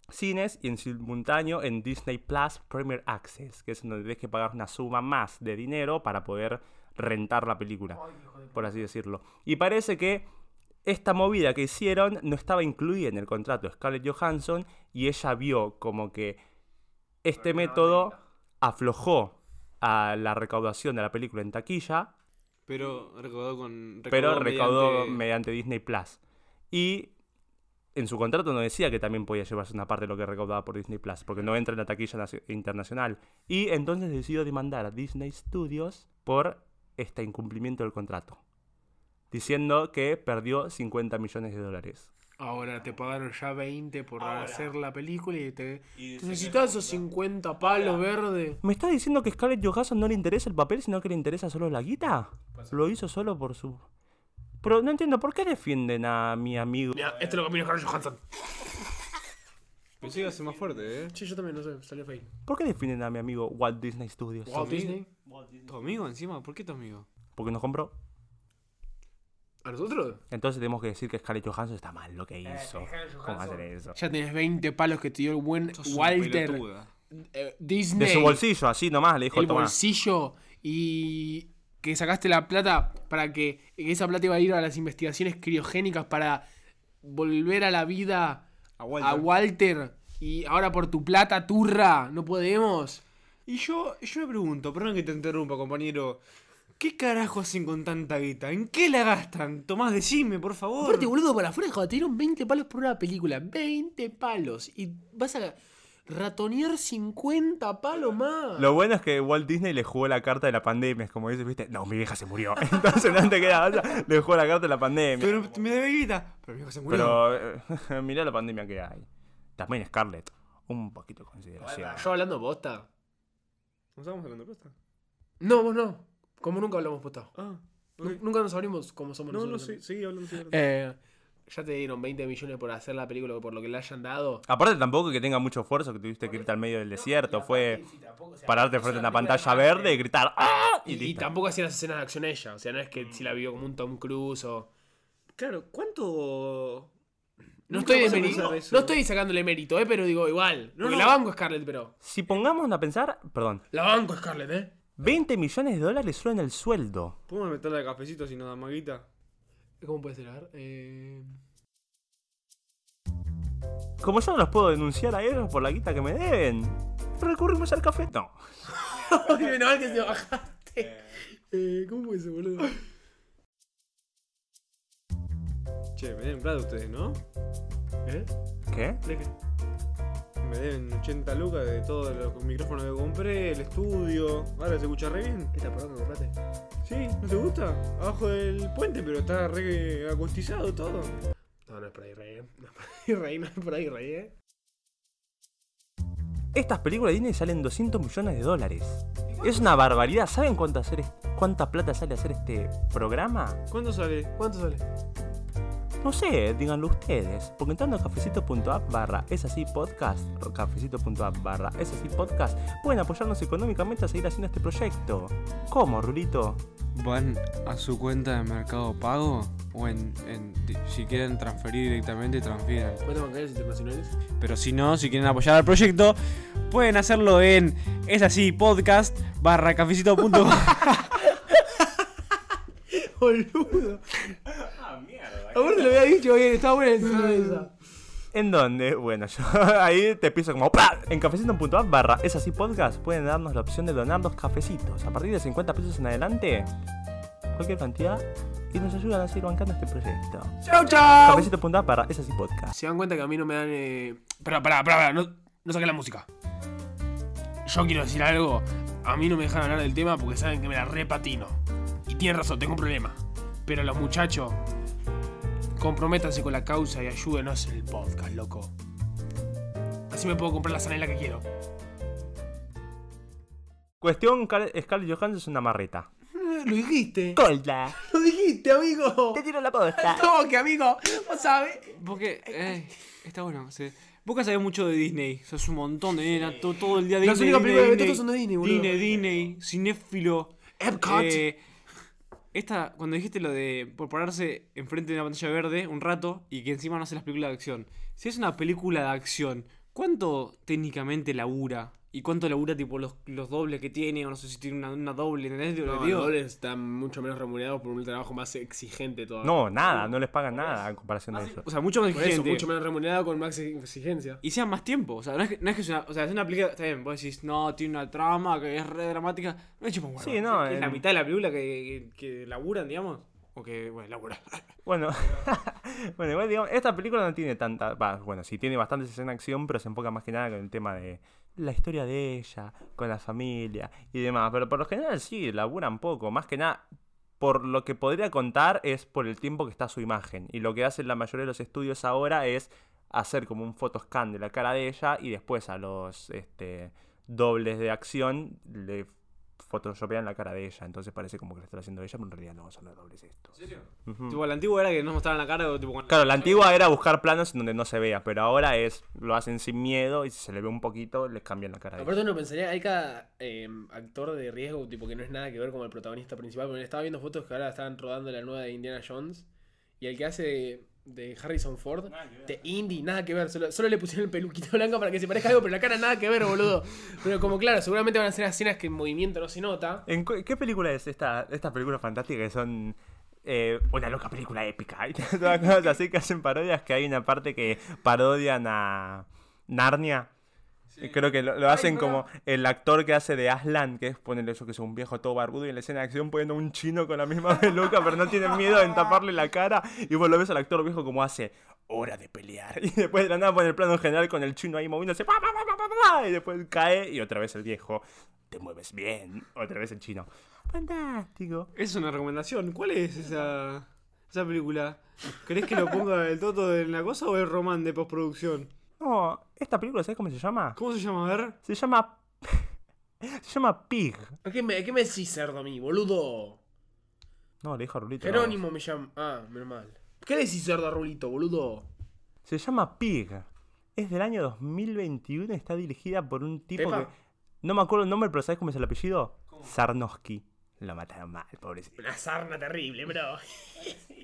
cines y en simultáneo en Disney Plus Premier Access, que es donde tenés que pagar una suma más de dinero para poder rentar la película, por así decirlo. Y parece que esta movida que hicieron no estaba incluida en el contrato de Scarlett Johansson y ella vio como que este método aflojó a la recaudación de la película en taquilla, Pero recaudó con. pero recaudó mediante... mediante- Disney Plus. Y en su contrato no decía que también podía llevarse una parte de lo que recaudaba por Disney Plus, porque no entra en la taquilla nacio- internacional. Y entonces decidió demandar a Disney Studios por este incumplimiento del contrato, diciendo que perdió 50 millones de dólares. Ahora te pagaron ya 20 por Ahora. hacer la película y te. Y ¿Te se necesitas queda esos 50 palos verdes? ¿Me está diciendo que Scarlett Johansson no le interesa el papel, sino que le interesa solo la guita? Lo hizo solo por su... Pero no entiendo, ¿por qué defienden a mi amigo? este lo camino Carlos Johansson. Pensé que iba a ser más fuerte, ¿eh? Sí, yo también, no sé, salió fail. ¿Por qué defienden a mi amigo Walt Disney Studios? Walt Disney. Walt Disney. ¿Tu amigo encima? ¿Por qué tu amigo? Porque nos compró. ¿A nosotros? Entonces tenemos que decir que Scarlett Johansson está mal lo que hizo. Scarlett ¿Cómo va a Johansson. hacer eso? Ya tenés 20 palos que te dio el buen Sos una Walter pelotuda. eh, Disney. De su bolsillo, así nomás, le dijo el Tomás. bolsillo y que sacaste la plata para que, que esa plata iba a ir a las investigaciones criogénicas para volver a la vida A Walter. a Walter y ahora por tu plata turra no podemos Y yo, yo me pregunto, perdón que te interrumpa, compañero. ¿Qué carajo hacen con tanta guita? ¿En qué la gastan? Tomás, decime, por favor. aparte boludo para afuera joder, te dieron 20 palos por una película 20 palos y vas a ratonear 50 palos más Lo bueno es que Walt Disney le jugó la carta de la pandemia. Es como dice, viste, no, mi vieja se murió. Entonces no te queda otra, le jugó la carta de la pandemia. Pero me debe guita. Pero mi hijo se murió. Pero eh, mirá la pandemia que hay. También Scarlett, un poquito de consideración. yo hablando posta ¿No estábamos hablando posta? no vos no como nunca hablamos posta Ah, Nu- nunca nos abrimos como somos nosotros seguí hablando. Eh, ya te dieron 20 millones por hacer la película por lo que le hayan dado. Aparte tampoco que tenga mucho esfuerzo, que tuviste que irte al medio del desierto. Fue pararte frente a una pantalla verde y gritar ¡Ah! Y, Y, y listo. tampoco hacían las escenas de acción ella. O sea, no es que si la vio como un Tom Cruise o. Claro, ¿cuánto...? No Nunca estoy, vas a desmeri- pensar eso. no estoy sacándole mérito, eh, pero digo, igual. No, porque no. la banco Scarlett, pero. Si pongamos a pensar, perdón, La banco Scarlett, eh. 20 millones de dólares solo en el sueldo. ¿Podemos meterle al cafecito si nos dan maguita? ¿Cómo puede ser? A ver. eh, Como yo no los puedo denunciar a ellos por la guita que me deben, recurrimos al café. No. Ay, menos mal que te bajaste. Eh, ¿Cómo puede ser, boludo? Che, me deben plata ustedes, ¿no? ¿Eh? ¿Qué? ¿De qué? Me deben 80 lucas de todos los micrófonos que compré, el estudio. Ahora se escucha re bien. ¿Esta por dónde compraste? Sí, ¿no te gusta? Abajo del puente, pero está re acustizado todo. No, no es por ahí, rey. eh. No es por ahí, rey. No es por ahí, rey, eh. Estas películas de Disney salen 200 millones de dólares. Es una barbaridad. ¿Saben cuánto hacer es- cuánta plata sale hacer este programa? ¿Cuándo sale? ¿Cuánto sale? No sé, díganlo ustedes. Porque entrando a cafecito.app barra es así podcast, o cafecito.app barra es así podcast, pueden apoyarnos económicamente a seguir haciendo este proyecto. ¿Cómo, Rulito? van a su cuenta de Mercado Pago o en, en- di- si quieren transferir directamente transfieran. ¿Cuántos bancarios internacionales? Pero si no, si quieren apoyar al proyecto, pueden hacerlo en es así podcast barra cafecito punto Boludo. Ah, mierda. Mm. Aparte lo había dicho bien, estaba buena encima de esa. ¿En dónde? Bueno, yo ahí te piso como ¡pa! En cafecito.app barra es así podcast pueden darnos la opción de donar dos cafecitos. A partir de 50 pesos en adelante, cualquier cantidad, y nos ayudan a seguir bancando este proyecto. ¡Chao, chao! Cafecito.app barra es así podcast. Se dan cuenta que a mí no me dan. Eh... Pará, pará, pará, pará, no, no saqué la música. Yo quiero decir algo. A mí no me dejan hablar del tema porque saben que me la repatino. Y tienen razón, tengo un problema. Pero los muchachos, comprométanse con la causa y ayúdenos en el podcast, loco. Así me puedo comprar la zanela que quiero. Cuestión, Car- Scarlett Johansson es una marreta. Lo dijiste. ¡Colda! Lo dijiste, amigo. Eh, ¡Te tiro la posta! No, que amigo, vos sabés. Porque, eh, está bueno. sí. Vos que sabés mucho de Disney. Sos un montón de nena, to- todo el día Las Disney. únicas Disney, películas que me Disney, tocan son de Disney, boludo. Disney, Disney, cinéfilo. Epcot. Eh, esta, cuando dijiste lo de por pararse enfrente de una pantalla verde un rato y que encima no hace las películas de acción. Si es una película de acción, ¿cuánto técnicamente labura? ¿Y cuánto labura tipo los, los dobles que tiene? O no sé si tiene una, una doble, ¿entendés lo que No, te digo? los dobles están mucho menos remunerados por un trabajo más exigente todavía. No, nada, no les pagan nada en comparación a eso. O sea, mucho más Por eso, gente. mucho menos remunerado con más exigencia. Y sea más tiempo. O sea, no es que, no es, que es una. O sea, es una película. Está bien, vos decís, no, tiene una trama que es re dramática. No es chupa un huevo. Sí, no, Es la en- mitad de la película que, que, que laburan, digamos. O que, bueno, laburan. Bueno, bueno, igual digamos, esta película no tiene tanta. va, bueno, sí tiene bastantes escenas de acción, pero se enfoca más que nada con el tema de la historia de ella, con la familia y demás. Pero por lo general sí, laburan poco. Más que nada, por lo que podría contar es por el tiempo que está su imagen. Y lo que hacen la mayoría de los estudios ahora es hacer como un fotoscan de la cara de ella y después a los este, dobles de acción le photoshopean la cara de ella. Entonces parece como que lo está haciendo ella, pero en realidad no son los dobles estos. serio? Ujú. Tipo, la antigua era que nos mostraban la cara. o Tipo, con- Claro, la antigua era buscar planos en donde no se vea, pero ahora es lo hacen sin miedo y si se le ve un poquito les cambian la cara. Aparte uno pensaría, hay cada eh, actor de riesgo, tipo que no es nada que ver con el protagonista principal, porque estaba viendo fotos que ahora estaban rodando la nueva de Indiana Jones, y el que hace de, de Harrison Ford, de Indy, nada que ver, solo, solo le pusieron el peluquito blanco para que se parezca algo, pero la cara nada que ver, boludo. Pero como claro, seguramente van a ser escenas que en movimiento no se nota. ¿En cu- qué película es esta? Estas películas fantásticas que son eh, una loca película épica y todas cosas así que hacen parodias que hay una parte que parodian a Narnia. Y Creo que lo, lo hacen como el actor que hace de Aslan, que es ponerle eso que es un viejo todo barbudo y en la escena de acción poniendo un chino con la misma peluca, pero no tienen miedo en taparle la cara. Y vos lo ves al actor viejo como hace hora de pelear. Y después de la nada pone el plano general con el chino ahí moviéndose. pa, pa, pa, pa, pa, pa, y después cae y otra vez el viejo. Te mueves bien. Otra vez el chino. Fantástico. Es una recomendación. ¿Cuál es esa, esa película? ¿Querés que lo ponga el Toto en la cosa o el Román de postproducción? No, esta película, ¿sabes cómo se llama? ¿Cómo se llama? A ver. Se llama. se llama Pig. ¿A ¿Qué me, a qué me decís, cerdo a mí, boludo? No, le dijo a Rulito. Jerónimo me llama. Ah, menos mal. ¿Qué le decís, cerdo a Rulito, boludo? Se llama Pig. Es del año 2021. Está dirigida por un tipo ¿Pepa? que. No me acuerdo el nombre, pero ¿sabes cómo es el apellido? Sarnowski. Lo mataron mal, pobrecito. Una sarna terrible, bro.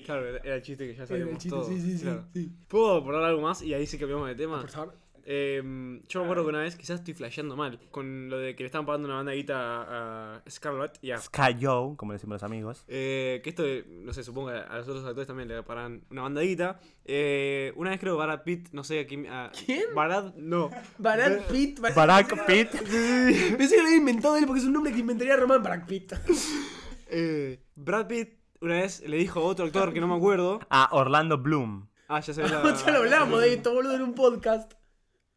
Claro, era era el chiste que ya sabíamos chiste, todos, sí, sí, sí, claro. sí. ¿Puedo aportar algo más? Y ahí sí cambiamos de tema. Por favor. Eh, yo me acuerdo que una vez, quizás estoy flasheando mal, con lo de que le estaban pagando una banda de guita a, a Scarlett y a... Skyjo, como le decimos los amigos. Eh, que esto, eh, no sé, supongo que a los otros actores también le paran una banda de guita. Eh, una vez creo que Brad Pitt, no sé a quién... a- ¿Quién? Brad, no. Barack Pitt. Barack- Barack Pitt. Pensé que lo había inventado él porque es un nombre que inventaría Román Barack Pitt. Eh, Brad Pitt una vez le dijo a otro actor que no me acuerdo... A Orlando Bloom. Ah, ya se ve la... ya lo hablamos de esto, boludo, en un podcast.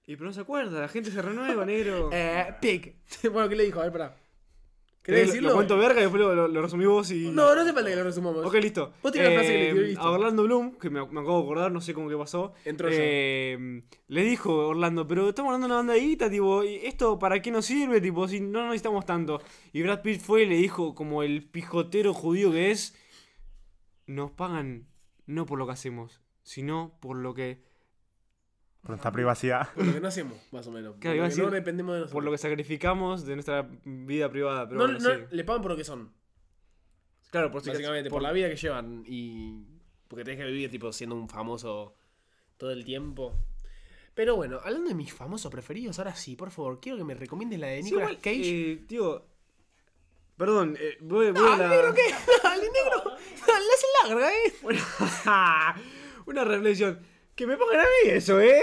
Y pero no se acuerda, la gente se renueva, negro. Eh, Pig. bueno, ¿qué le dijo? A ver, pará. Lo- ¿Querés decirlo? Lo cuento verga y después lo, lo, lo resumí vos y... no, no hace falta que lo resumamos. Ok, listo. Vos tenés la frase que le escribí, listo. A Orlando Bloom, que me, me acabo de acordar, no sé cómo que pasó. Entró yo. eh, Le dijo Orlando, pero estamos hablando de una banda de guita, tipo, ¿y esto para qué nos sirve? Tipo, si no necesitamos tanto. Y Brad Pitt fue y le dijo, como el pijotero judío que es, nos pagan no por lo que hacemos, sino por lo que, Por nuestra privacidad. Por lo que no hacemos, más o menos. Por Claro, iba a lo que no decir- dependemos de nosotros. por lo que sacrificamos de nuestra vida privada. Pero no, bueno, no, sí. le pagan por lo que son. Claro, por si- Básicamente, por la vida que llevan y. Porque tenés que vivir, tipo, siendo un famoso todo el tiempo. Pero bueno, hablando de mis famosos preferidos, ahora sí, por favor, quiero que me recomiendes la de Sí, Nicolas igual, Cage. Ah, eh, tío, perdón, eh, voy, voy a la... Dale, negro. Dale, hace larga, eh. Una, una reflexión. Que me pongan a mí eso, ¿eh?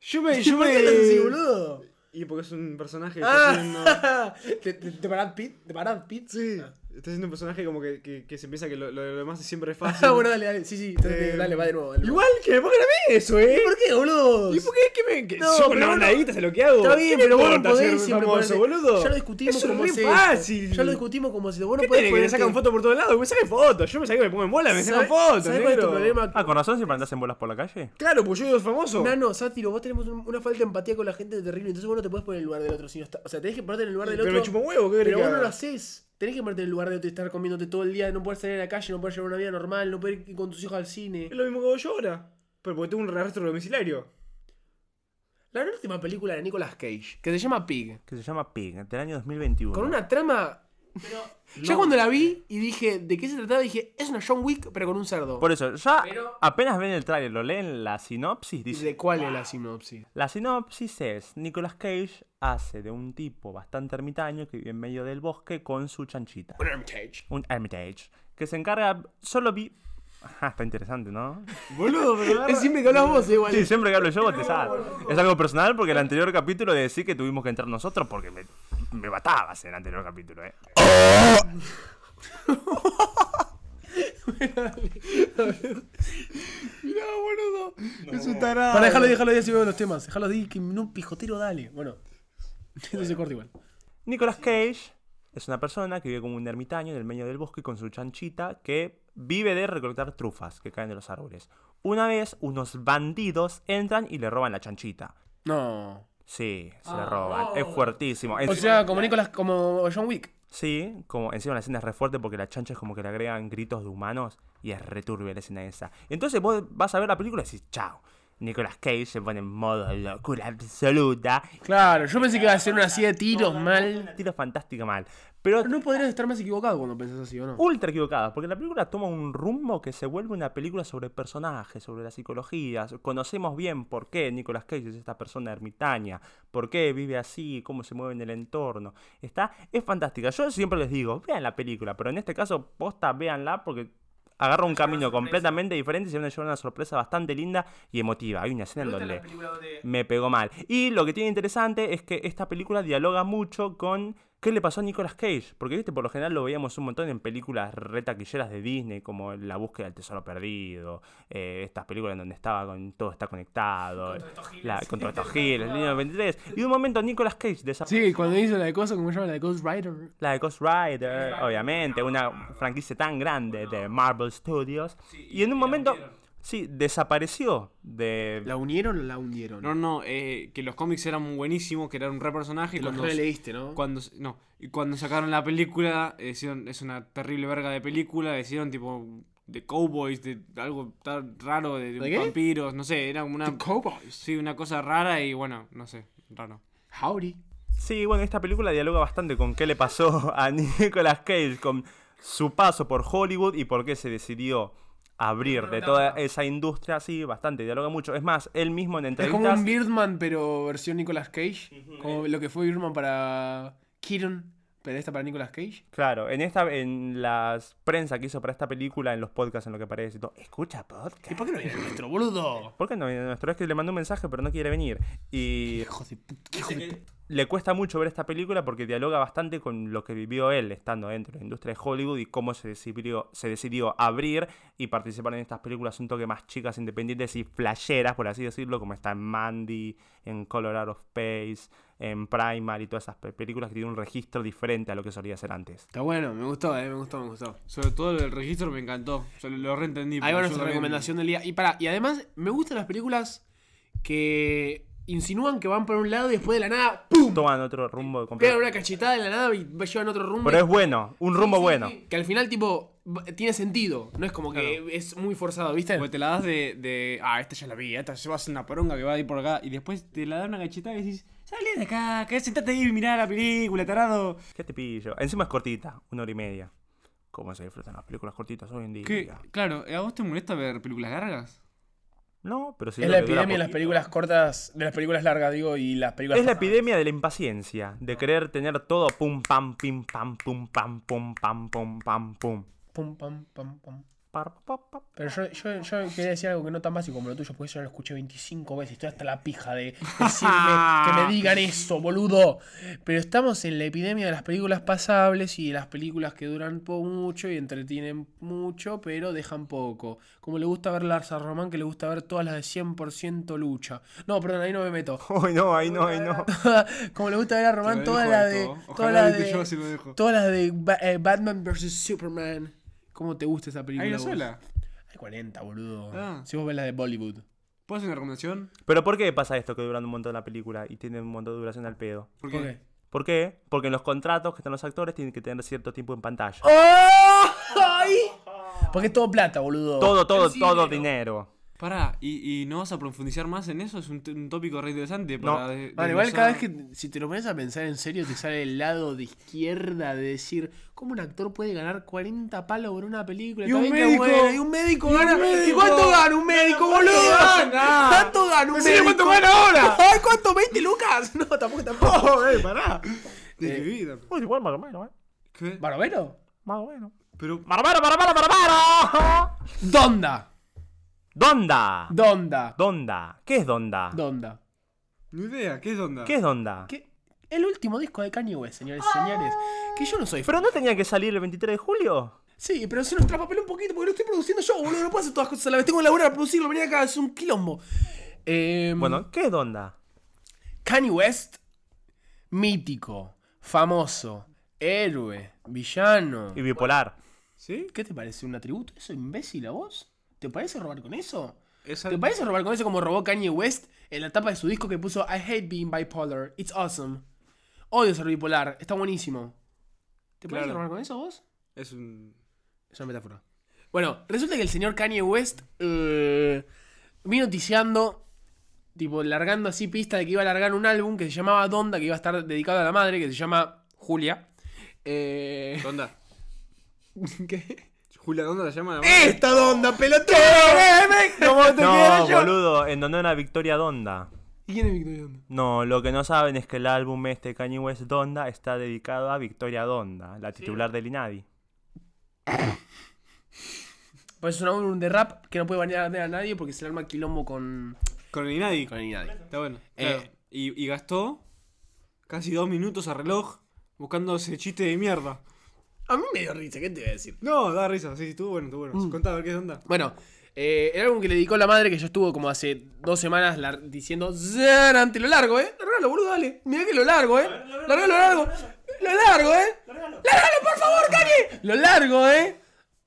Yo me. Yo ¿Por me... qué hablas así, boludo? Y porque es un personaje. que Está haciendo... Ah, ¿De, de, de Brad Pitt? ¿De Brad Pitt? Sí, está haciendo un personaje como que, que, que se piensa que lo, lo, lo demás siempre es fácil. Ah, bueno, dale, dale. Sí, sí, dale, Eh, dale, va de nuevo. dale, Igual que me pongan a mí eso, ¿eh? va. ¿Por qué, boludo? ¿Y por qué? ¿Qué me.? Que No, pero subo una bueno, bandadita, sé lo que hago. Está bien, ¿Qué me pero vos no importa ser podés siempre famoso, ponerte- boludo. Ya lo discutimos Eso es como re es esto. fácil. Ya lo discutimos como si vos no ¿Qué podés tiene que me ponerte- sacan fotos por todos lados? Que me saquen fotos. Yo me saqué, me pongo en bola, me sacan ¿Sabes- fotos. ¿Sabes cuál es tu negro. problema? Ah, con razón siempre andás en bolas por la calle. Claro, porque yo soy famoso. Nano, sátiro, vos tenemos un- una falta de empatía con la gente terrible, entonces vos no te podés poner en el lugar del otro. Sino está- o sea, tenés que ponerte en el lugar del Pero me otro. chupa un huevo, ¿qué querés pero que vos no haga? lo haces. Tenés que ponerte en el lugar del otro y estar comiéndote todo el día, no poder salir a la calle, no poder llevar una vida normal, no poder ir con tus hijos al cine. Es lo mismo que hago yo ahora. Pero porque tengo un arrastro domiciliario. La última película de Nicolas Cage, que se llama Pig, Que se llama Pig, del año 2021. con una trama Pero ya cuando la vi y dije de qué se trataba, dije, es una John Wick, pero con un cerdo. Por eso, ya Pero- apenas ven el tráiler, lo leen la sinopsis, dice. ¿De cuál es la sinopsis? La sinopsis es, Nicolas Cage hace de un tipo bastante ermitaño que vive en medio del bosque con su chanchita. Un Hermitage. Un Hermitage. Que se encarga, solo vi... Ajá, está interesante, ¿no? Boludo, Es siempre que hablas vos, igual. Sí, siempre que hablo yo botezar. Es algo personal porque el anterior capítulo decí que tuvimos que entrar nosotros porque me, me matabas en el anterior capítulo, ¿eh? Mirá, boludo. Es un tarado. Para dejarlo, dejarlo, dejarlo, veo los temas. Dejarlo ahí, que no pijotero, dale. Bueno. Entonces se corta igual. Nicolas Cage es una persona que vive como un ermitaño en el medio del bosque con su chanchita que vive de recolectar trufas que caen de los árboles. Una vez, unos bandidos entran y le roban la chanchita. No. Sí, se la roban. Es fuertísimo. Ah, O Encima- sea, como Nicolas, como John Wick. Sí, como encima la escena es re fuerte porque la chancha es como que le agregan gritos de humanos y es returbia la escena esa. Entonces vos vas a ver la película y decís, chao. Nicolas Cage se pone en modo locura absoluta. Claro, yo pensé que iba a ser una así de tiros mal. Tira fantástica mal. Pero No podrías estar más equivocado cuando pensás así, ¿o no? ultra equivocada, porque la película toma un rumbo que se vuelve una película sobre personajes, sobre la psicología. Conocemos bien por qué Nicolas Cage es esta persona ermitaña, por qué vive así, cómo se mueve en el entorno. Está, es fantástica. Yo siempre les digo, vean la película, pero en este caso, posta, véanla porque agarra un camino completamente diferente y se van a llevar una sorpresa bastante linda y emotiva. Hay una escena en donde me pegó mal. Y lo que tiene interesante es que esta película dialoga mucho con qué le pasó a Nicolas Cage. Porque, viste, por lo general lo veíamos un montón en películas retaquilleras de Disney, como La búsqueda del tesoro perdido, eh, estas películas en donde estaba con todo está conectado, la- con todos estos giles, el niño 23. Y de un momento Nicolas Cage desaparece. Sí, cuando hizo la de cosas, como se llama la de Ghost Rider. La de Ghost Rider, obviamente, una franquicia tan grande de Marvel Studios. y en un momento, sí, desapareció de... ¿La unieron o la hundieron? No, no, eh, que los cómics eran buenísimos, que era un re personaje. y Los Cuando, releíste, ¿no? cuando, no, y cuando sacaron la película, eh, hicieron, es una terrible verga de película, hicieron tipo de cowboys, de algo tan raro, de, ¿De qué? vampiros, no sé, era como una... Cowboys. Sí, una cosa rara y bueno, no sé, raro. Howdy. Sí, bueno, esta película dialoga bastante con qué le pasó a Nicolas Cage, con su paso por Hollywood y por qué se decidió abrir de toda esa industria, sí, bastante, dialoga mucho. Es más, él mismo en Es como entrevistas... un Birdman, pero versión Nicolas Cage. Como lo que fue Birdman para Kieran, pero esta para Nicolas Cage. Claro, en esta, en las prensa que hizo para esta película, en los podcasts, en lo que aparece y todo, escucha ¿Y podcast. por qué no viene nuestro, boludo? ¿Por qué no viene nuestro? Es que le mandó un mensaje, pero no quiere venir. Y Hijo de puta, hijo de puta. le cuesta mucho ver esta película porque dialoga bastante con lo que vivió él estando dentro de la industria de Hollywood y cómo se decidió, se decidió abrir y participar en estas películas un toque más chicas, independientes y flasheras, por así decirlo, como está en Mandy, en Color Out of Space, en Primal y todas esas pe- películas que tienen un registro diferente a lo que solía ser antes. Está bueno, me gustó, eh, me gustó, me gustó. Sobre todo el registro me encantó, yo lo- lo reentendí. Ahí va porque yo nuestra también- recomendación del día. Y para, y además, me gustan las películas que insinúan que van por un lado y después de la nada, ¡pum! Toman otro rumbo Pegan completo. una cachetada en la nada y llevan otro rumbo. Pero es bueno, un rumbo bueno. Que al final, tipo, b- tiene sentido. No es como que es muy forzado, ¿viste? Porque te la das de, de, Ah, esta ya la vi, esta se va a hacer una poronga que va a ir por acá. Y después te la da una cachetada y decís, salí de acá, que sentate ahí y mirá la película, tarado. ¿Qué te pillo? Encima es cortita, una hora y media. ¿Cómo se disfrutan las películas cortitas hoy en día? Que, claro, ¿a vos te molesta ver películas largas? No, pero sí. Es lo la que dura epidemia de las poquito. películas cortas, de las películas largas, digo, y las películas. Es la epidemia de la impaciencia, de querer tener todo pum pam pim pam pum pam pum pam pum pam pum. Pum, pam, pam, pam. Par, pa, pa, pa. Pero yo, yo, yo quería decir algo que no tan básico como lo tuyo, porque eso ya lo escuché 25 veces. Estoy hasta la pija de decirme que me digan eso, boludo. Pero estamos en la epidemia de las películas pasables y de las películas que duran po- mucho y entretienen mucho, pero dejan poco. Como le gusta ver Larsa Román, que le gusta ver todas las de 100% lucha. No, perdón, ahí no me meto. Ay no, ay no, ay no. como le gusta ver a Román, todas las de. Todas Ojalá las viste yo si de, lo dejo. todas las de Ba- eh, Batman vs. Superman. ¿Cómo te gusta esa película? ¿Hay una vos? sola? Hay 40, boludo. Ah. Si vos ves las de Bollywood. ¿Puedo hacer una recomendación? Pero ¿por qué pasa esto que duran un montón la película y tienen un montón de duración al pedo? ¿Por ¿Por qué? qué? ¿Por qué? Porque en los contratos que están los actores tienen que tener cierto tiempo en pantalla. ¡Ay! Porque es todo plata, boludo. Todo, todo, todo dinero. Pará, ¿y, y no vas a profundizar más en eso? Es un, t- un tópico re interesante. No. Para de- Bueno, igual desglosar. cada vez que si te lo pones a pensar en serio, te sale el lado de izquierda de decir cómo un actor puede ganar 40 palos por una película. Y Está un bien que médico. bueno, y un médico Y un gana. ¿Y médico. cuánto gana un médico, boludo? gana? ¿Cuánto gana un Decime médico? cuánto gana ahora. Oh, Ay, ¿cuánto? ¿20 lucas? No, tampoco, tampoco. eh, pará! De Eh, vida. Pues igual más o menos, eh. ¿Qué? ¿Barovero? Más o menos. Pero. ¡Barbaro, barbaro, barbaro! Donda. ¡Donda! Donda. ¿Donda? ¿Qué es Donda? Donda. Ni idea, ¿qué es onda? ¿Qué es Donda? Que el último disco de Kanye West, señores y señores. Que yo no soy ¿Pero no tenía que salir el 23 de julio? Sí, pero se nos traspapeló un poquito porque lo estoy produciendo yo, boludo. No puedo hacer todas las cosas a la vez. Tengo que laburar a producirlo. Venía acá, es un quilombo. Eh, Bueno, ¿qué es Donda? Kanye West, mítico, famoso, héroe, villano. Y bipolar. ¿Sí? ¿Qué te parece? ¿Un atributo eso, imbécil, a vos? ¿Te parece robar con eso? Esa- ¿Te parece robar con eso como robó Kanye West en la tapa de su disco que puso I hate being bipolar? It's awesome. Odio ser bipolar, está buenísimo. ¿Te parece Claro. robar con eso vos? Es un. Es una metáfora. Bueno, resulta que el señor Kanye West eh, vino noticiando, tipo, largando así pista de que iba a largar un álbum que se llamaba Donda, que iba a estar dedicado a la madre, que se llama Julia. Eh, Donda. ¿Qué? Julia, ¿dónde la llama? ¡Esta Donda, pelotudo! ¿Cómo te No, quedas yo? boludo, en donde una victoria Donda. ¿Y quién es Victoria Donda? No, lo que no saben es que el álbum este Kanye West Donda está dedicado a Victoria Donda, la titular del INADI. Pues es un álbum de rap que no puede banear a nadie porque se le arma quilombo con... Con el Inadi. Con nadie. Está bueno. Eh. claro. Y, y gastó casi dos minutos a reloj buscando ese chiste de mierda. A mí me dio risa, ¿qué te voy a decir? No, da risa. Sí, sí, estuvo bueno, estuvo bueno. Contá, a ver qué es onda. Bueno, eh, el álbum que le dedicó la madre, que yo estuvo como hace dos semanas lar- diciendo, ante lo largo, ¿eh? Largalo, boludo, dale. Mirá que lo largo, ¿eh? Largalo, largo. Lo largo, ¿eh? Largalo, por favor, Kanye. Lo largo, ¿eh?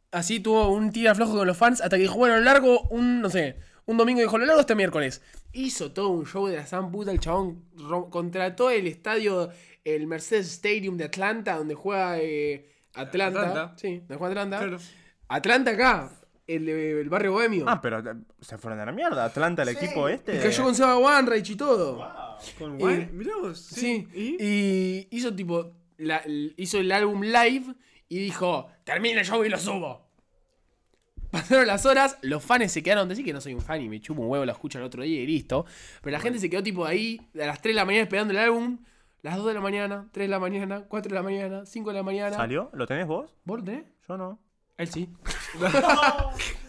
Así tuvo un tira flojo con los fans hasta que dijo, bueno, lo largo un, no sé, un domingo dijo, lo largo este miércoles. Hizo todo un show de la san puta, el chabón ro- contrató el estadio, el Mercedes Stadium de Atlanta, donde juega eh, Atlanta. Atlanta. Sí, donde juega Atlanta. Claro. Atlanta acá, el, eh, el barrio bohemio. Ah, pero eh, se fueron a la mierda. Atlanta, el equipo este. y cayó con Seba Wanreich y todo. Con Y- Juan. Eh, Mirá vos. Sí. ¿Y? Y hizo tipo. la- hizo el álbum live y dijo: Termina el show y lo subo. Pasaron las horas, los fans se quedaron. Decí que no soy un fan y me chupo un huevo, lo escucho el otro día y listo. Pero la gente se quedó tipo ahí a las 3 de la mañana esperando el álbum. Las 2 de la mañana, 3 de la mañana, 4 de la mañana, 5 de la mañana. ¿Salió? ¿Lo tenés vos? ¿Vos lo tenés? Yo no. Él sí.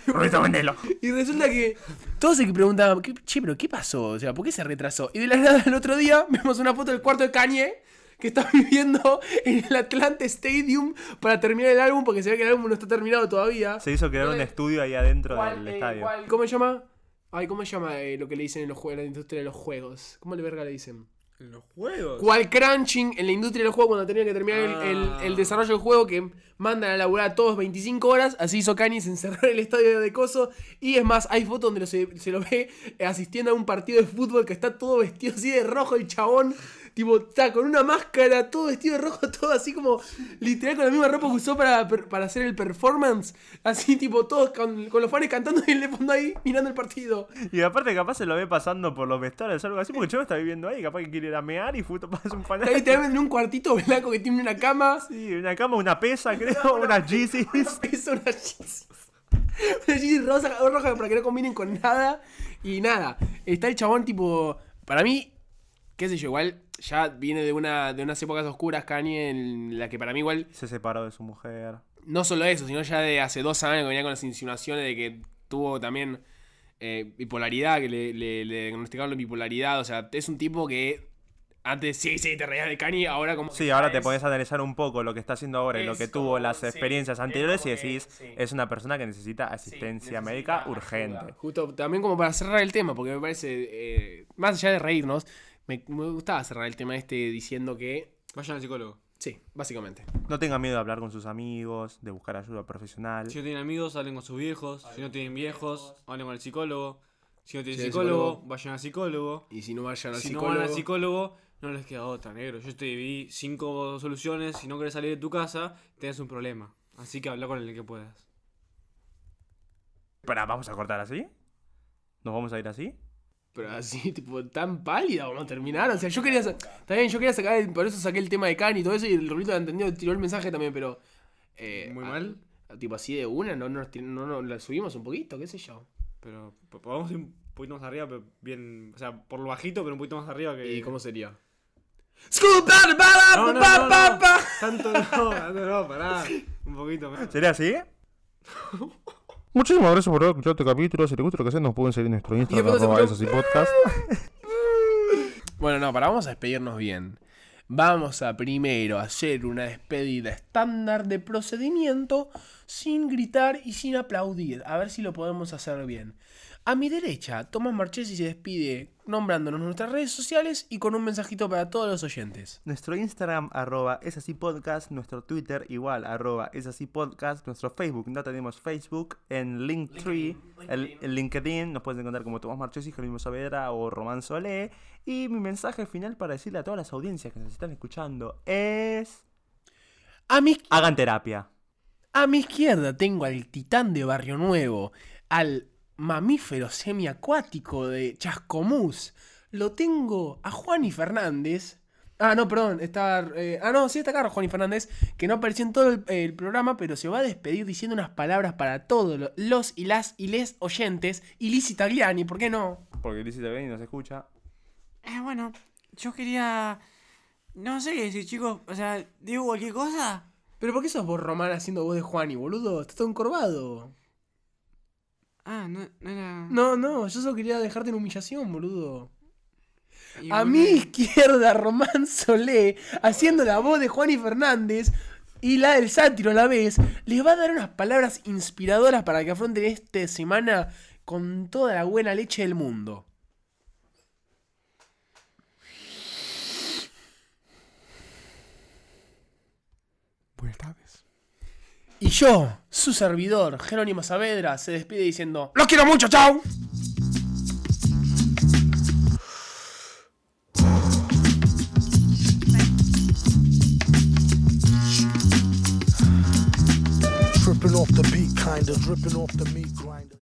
Roberto Mendelo. Y resulta que todos se preguntaban, "¿Qué- che, pero ¿qué pasó? O sea, ¿por qué se retrasó? Y de la nada el otro día vemos una foto del cuarto de Kanye que está viviendo en el Atlanta Stadium para terminar el álbum porque se ve que el álbum no está terminado todavía. Se hizo crear un estudio ahí adentro ¿Cuál, del eh, estadio. cuál- ¿Cómo se llama? Ay, ¿cómo se llama eh, lo que le dicen en los juegos, en la industria de los juegos? ¿Cómo le verga le dicen? En los juegos. Cual crunching en la industria del juego cuando tenían que terminar el- Ah. el, el desarrollo del juego que mandan a laburar a todos 25 horas. Así hizo Kanye, se encerró en el estadio de Coso. Y es más, hay fotos donde lo se, se lo ve eh, asistiendo a un partido de fútbol que está todo vestido así de rojo el chabón. Tipo, está con una máscara, todo vestido de rojo, todo así como literal con la misma ropa que usó para, per- para hacer el performance. Así tipo, todos con, con los fans cantando y el de fondo ahí mirando el partido. Y aparte capaz se lo ve pasando por los vestuarios o algo así, porque yo lo está viviendo ahí, capaz que quiere ir a mear y justo pasa un Está panel. literalmente en un cuartito blanco que tiene una cama. Sí, una cama, una pesa, creo, unas Yeezys. Es una Yeezy. Una Yeezy rosa, roja para que no combinen con nada. Y nada. Está el chabón tipo. Para mí, qué sé yo, igual ya viene de una de unas épocas oscuras, Kanye, en la que para mí igual. Se separó de su mujer. No solo eso, sino ya de hace dos años que venía con las insinuaciones de que tuvo también eh, bipolaridad, que le, le, le diagnosticaron la bipolaridad. O sea, es un tipo que. Antes sí, sí, te reías de Kanye, ahora como. Sí, ahora te podés analizar un poco lo que está haciendo ahora y lo es que como- tuvo las sí, experiencias es anteriores y como que- decís, sí. es una persona que necesita asistencia necesita médica ayuda. urgente. Justo también como para cerrar el tema, porque me parece, eh, más allá de reírnos, me, me gustaba cerrar el tema este diciendo que... Vayan al psicólogo. Sí, básicamente. No tenga miedo de hablar con sus amigos, de buscar ayuda profesional. Si no tienen amigos, hablen con sus viejos. Si no tienen viejos, hablen con el psicólogo. Si no tienen Sí, el psicólogo, psicólogo. vayan al psicólogo. Y si no vayan al si psicólogo... no van al psicólogo, no les queda otra, negro. Yo te di cinco soluciones. Si no querés salir de tu casa, tenés un problema. Así que habla con el que puedas. Pero vamos a cortar así. ¿Nos vamos a ir así? Pero así, tipo, tan pálida vamos a terminar. O sea, yo quería, sa- está bien, yo quería sacar, el- por eso saqué el tema de Kanye y todo eso, y el Rubito lo entendió, tiró el mensaje también, pero... eh, Muy a- mal. a- tipo así de una, no nos ti- no, no, la subimos un poquito, qué sé yo. Pero po- podemos ir un poquito más arriba, pero bien. O sea, por lo bajito, pero un poquito más arriba que. ¿Y cómo sería? No, no, no, no, no. Tanto no, tanto no, pará. Un poquito más. ¿Sería así? Muchísimas gracias por haber escuchado este capítulo. Si les gusta lo que hacen, nos pueden seguir en nuestro Instagram, después arroba se esos y podcast. Bueno, no, para vamos a despedirnos bien. Vamos a primero hacer una despedida estándar de procedimiento sin gritar y sin aplaudir. A ver si lo podemos hacer bien. A mi derecha, Tomás Marchesi se despide nombrándonos nuestras redes sociales y con un mensajito para todos los oyentes. Nuestro Instagram, arroba es así podcast. Nuestro Twitter, igual, arroba es así podcast. Nuestro Facebook, no tenemos Facebook. En Linktree, el, el LinkedIn, nos puedes encontrar como Tomás Marchesi, Jerónimo Saavedra o Román Solé. Y mi mensaje final para decirle a todas las audiencias que nos están escuchando es... A mi, Hagan terapia. a mi izquierda tengo al titán de Barrio Nuevo, al mamífero semiacuático de Chascomús. Lo tengo a Juani Fernández. Ah, no, perdón, está. eh, ah, no, sí está acá Juani Fernández, que no apareció en todo el, el programa, pero se va a despedir diciendo unas palabras para todos lo- los y las y les oyentes. Y Lizzy Tagliani, ¿por qué no? Porque Lizzie te ve y nos escucha. Eh, bueno, yo quería. No sé qué decir, chicos. O sea, digo cualquier cosa. ¿Pero por qué sos vos, Román, haciendo voz de Juani, boludo? Estás todo encorvado. Ah, no, no era. No, no, yo solo quería dejarte en humillación, boludo. Y A bueno, mi izquierda, Román Solé, haciendo la voz de Juani Fernández y la del sátiro a la vez, les va a dar unas palabras inspiradoras para que afronten esta semana con toda la buena leche del mundo. Buenas tardes. Y yo, su servidor, Jerónimo Saavedra, se despide diciendo: ¡Los quiero mucho, chao! Tripping off the beat, kinda dripping off the meat grinder.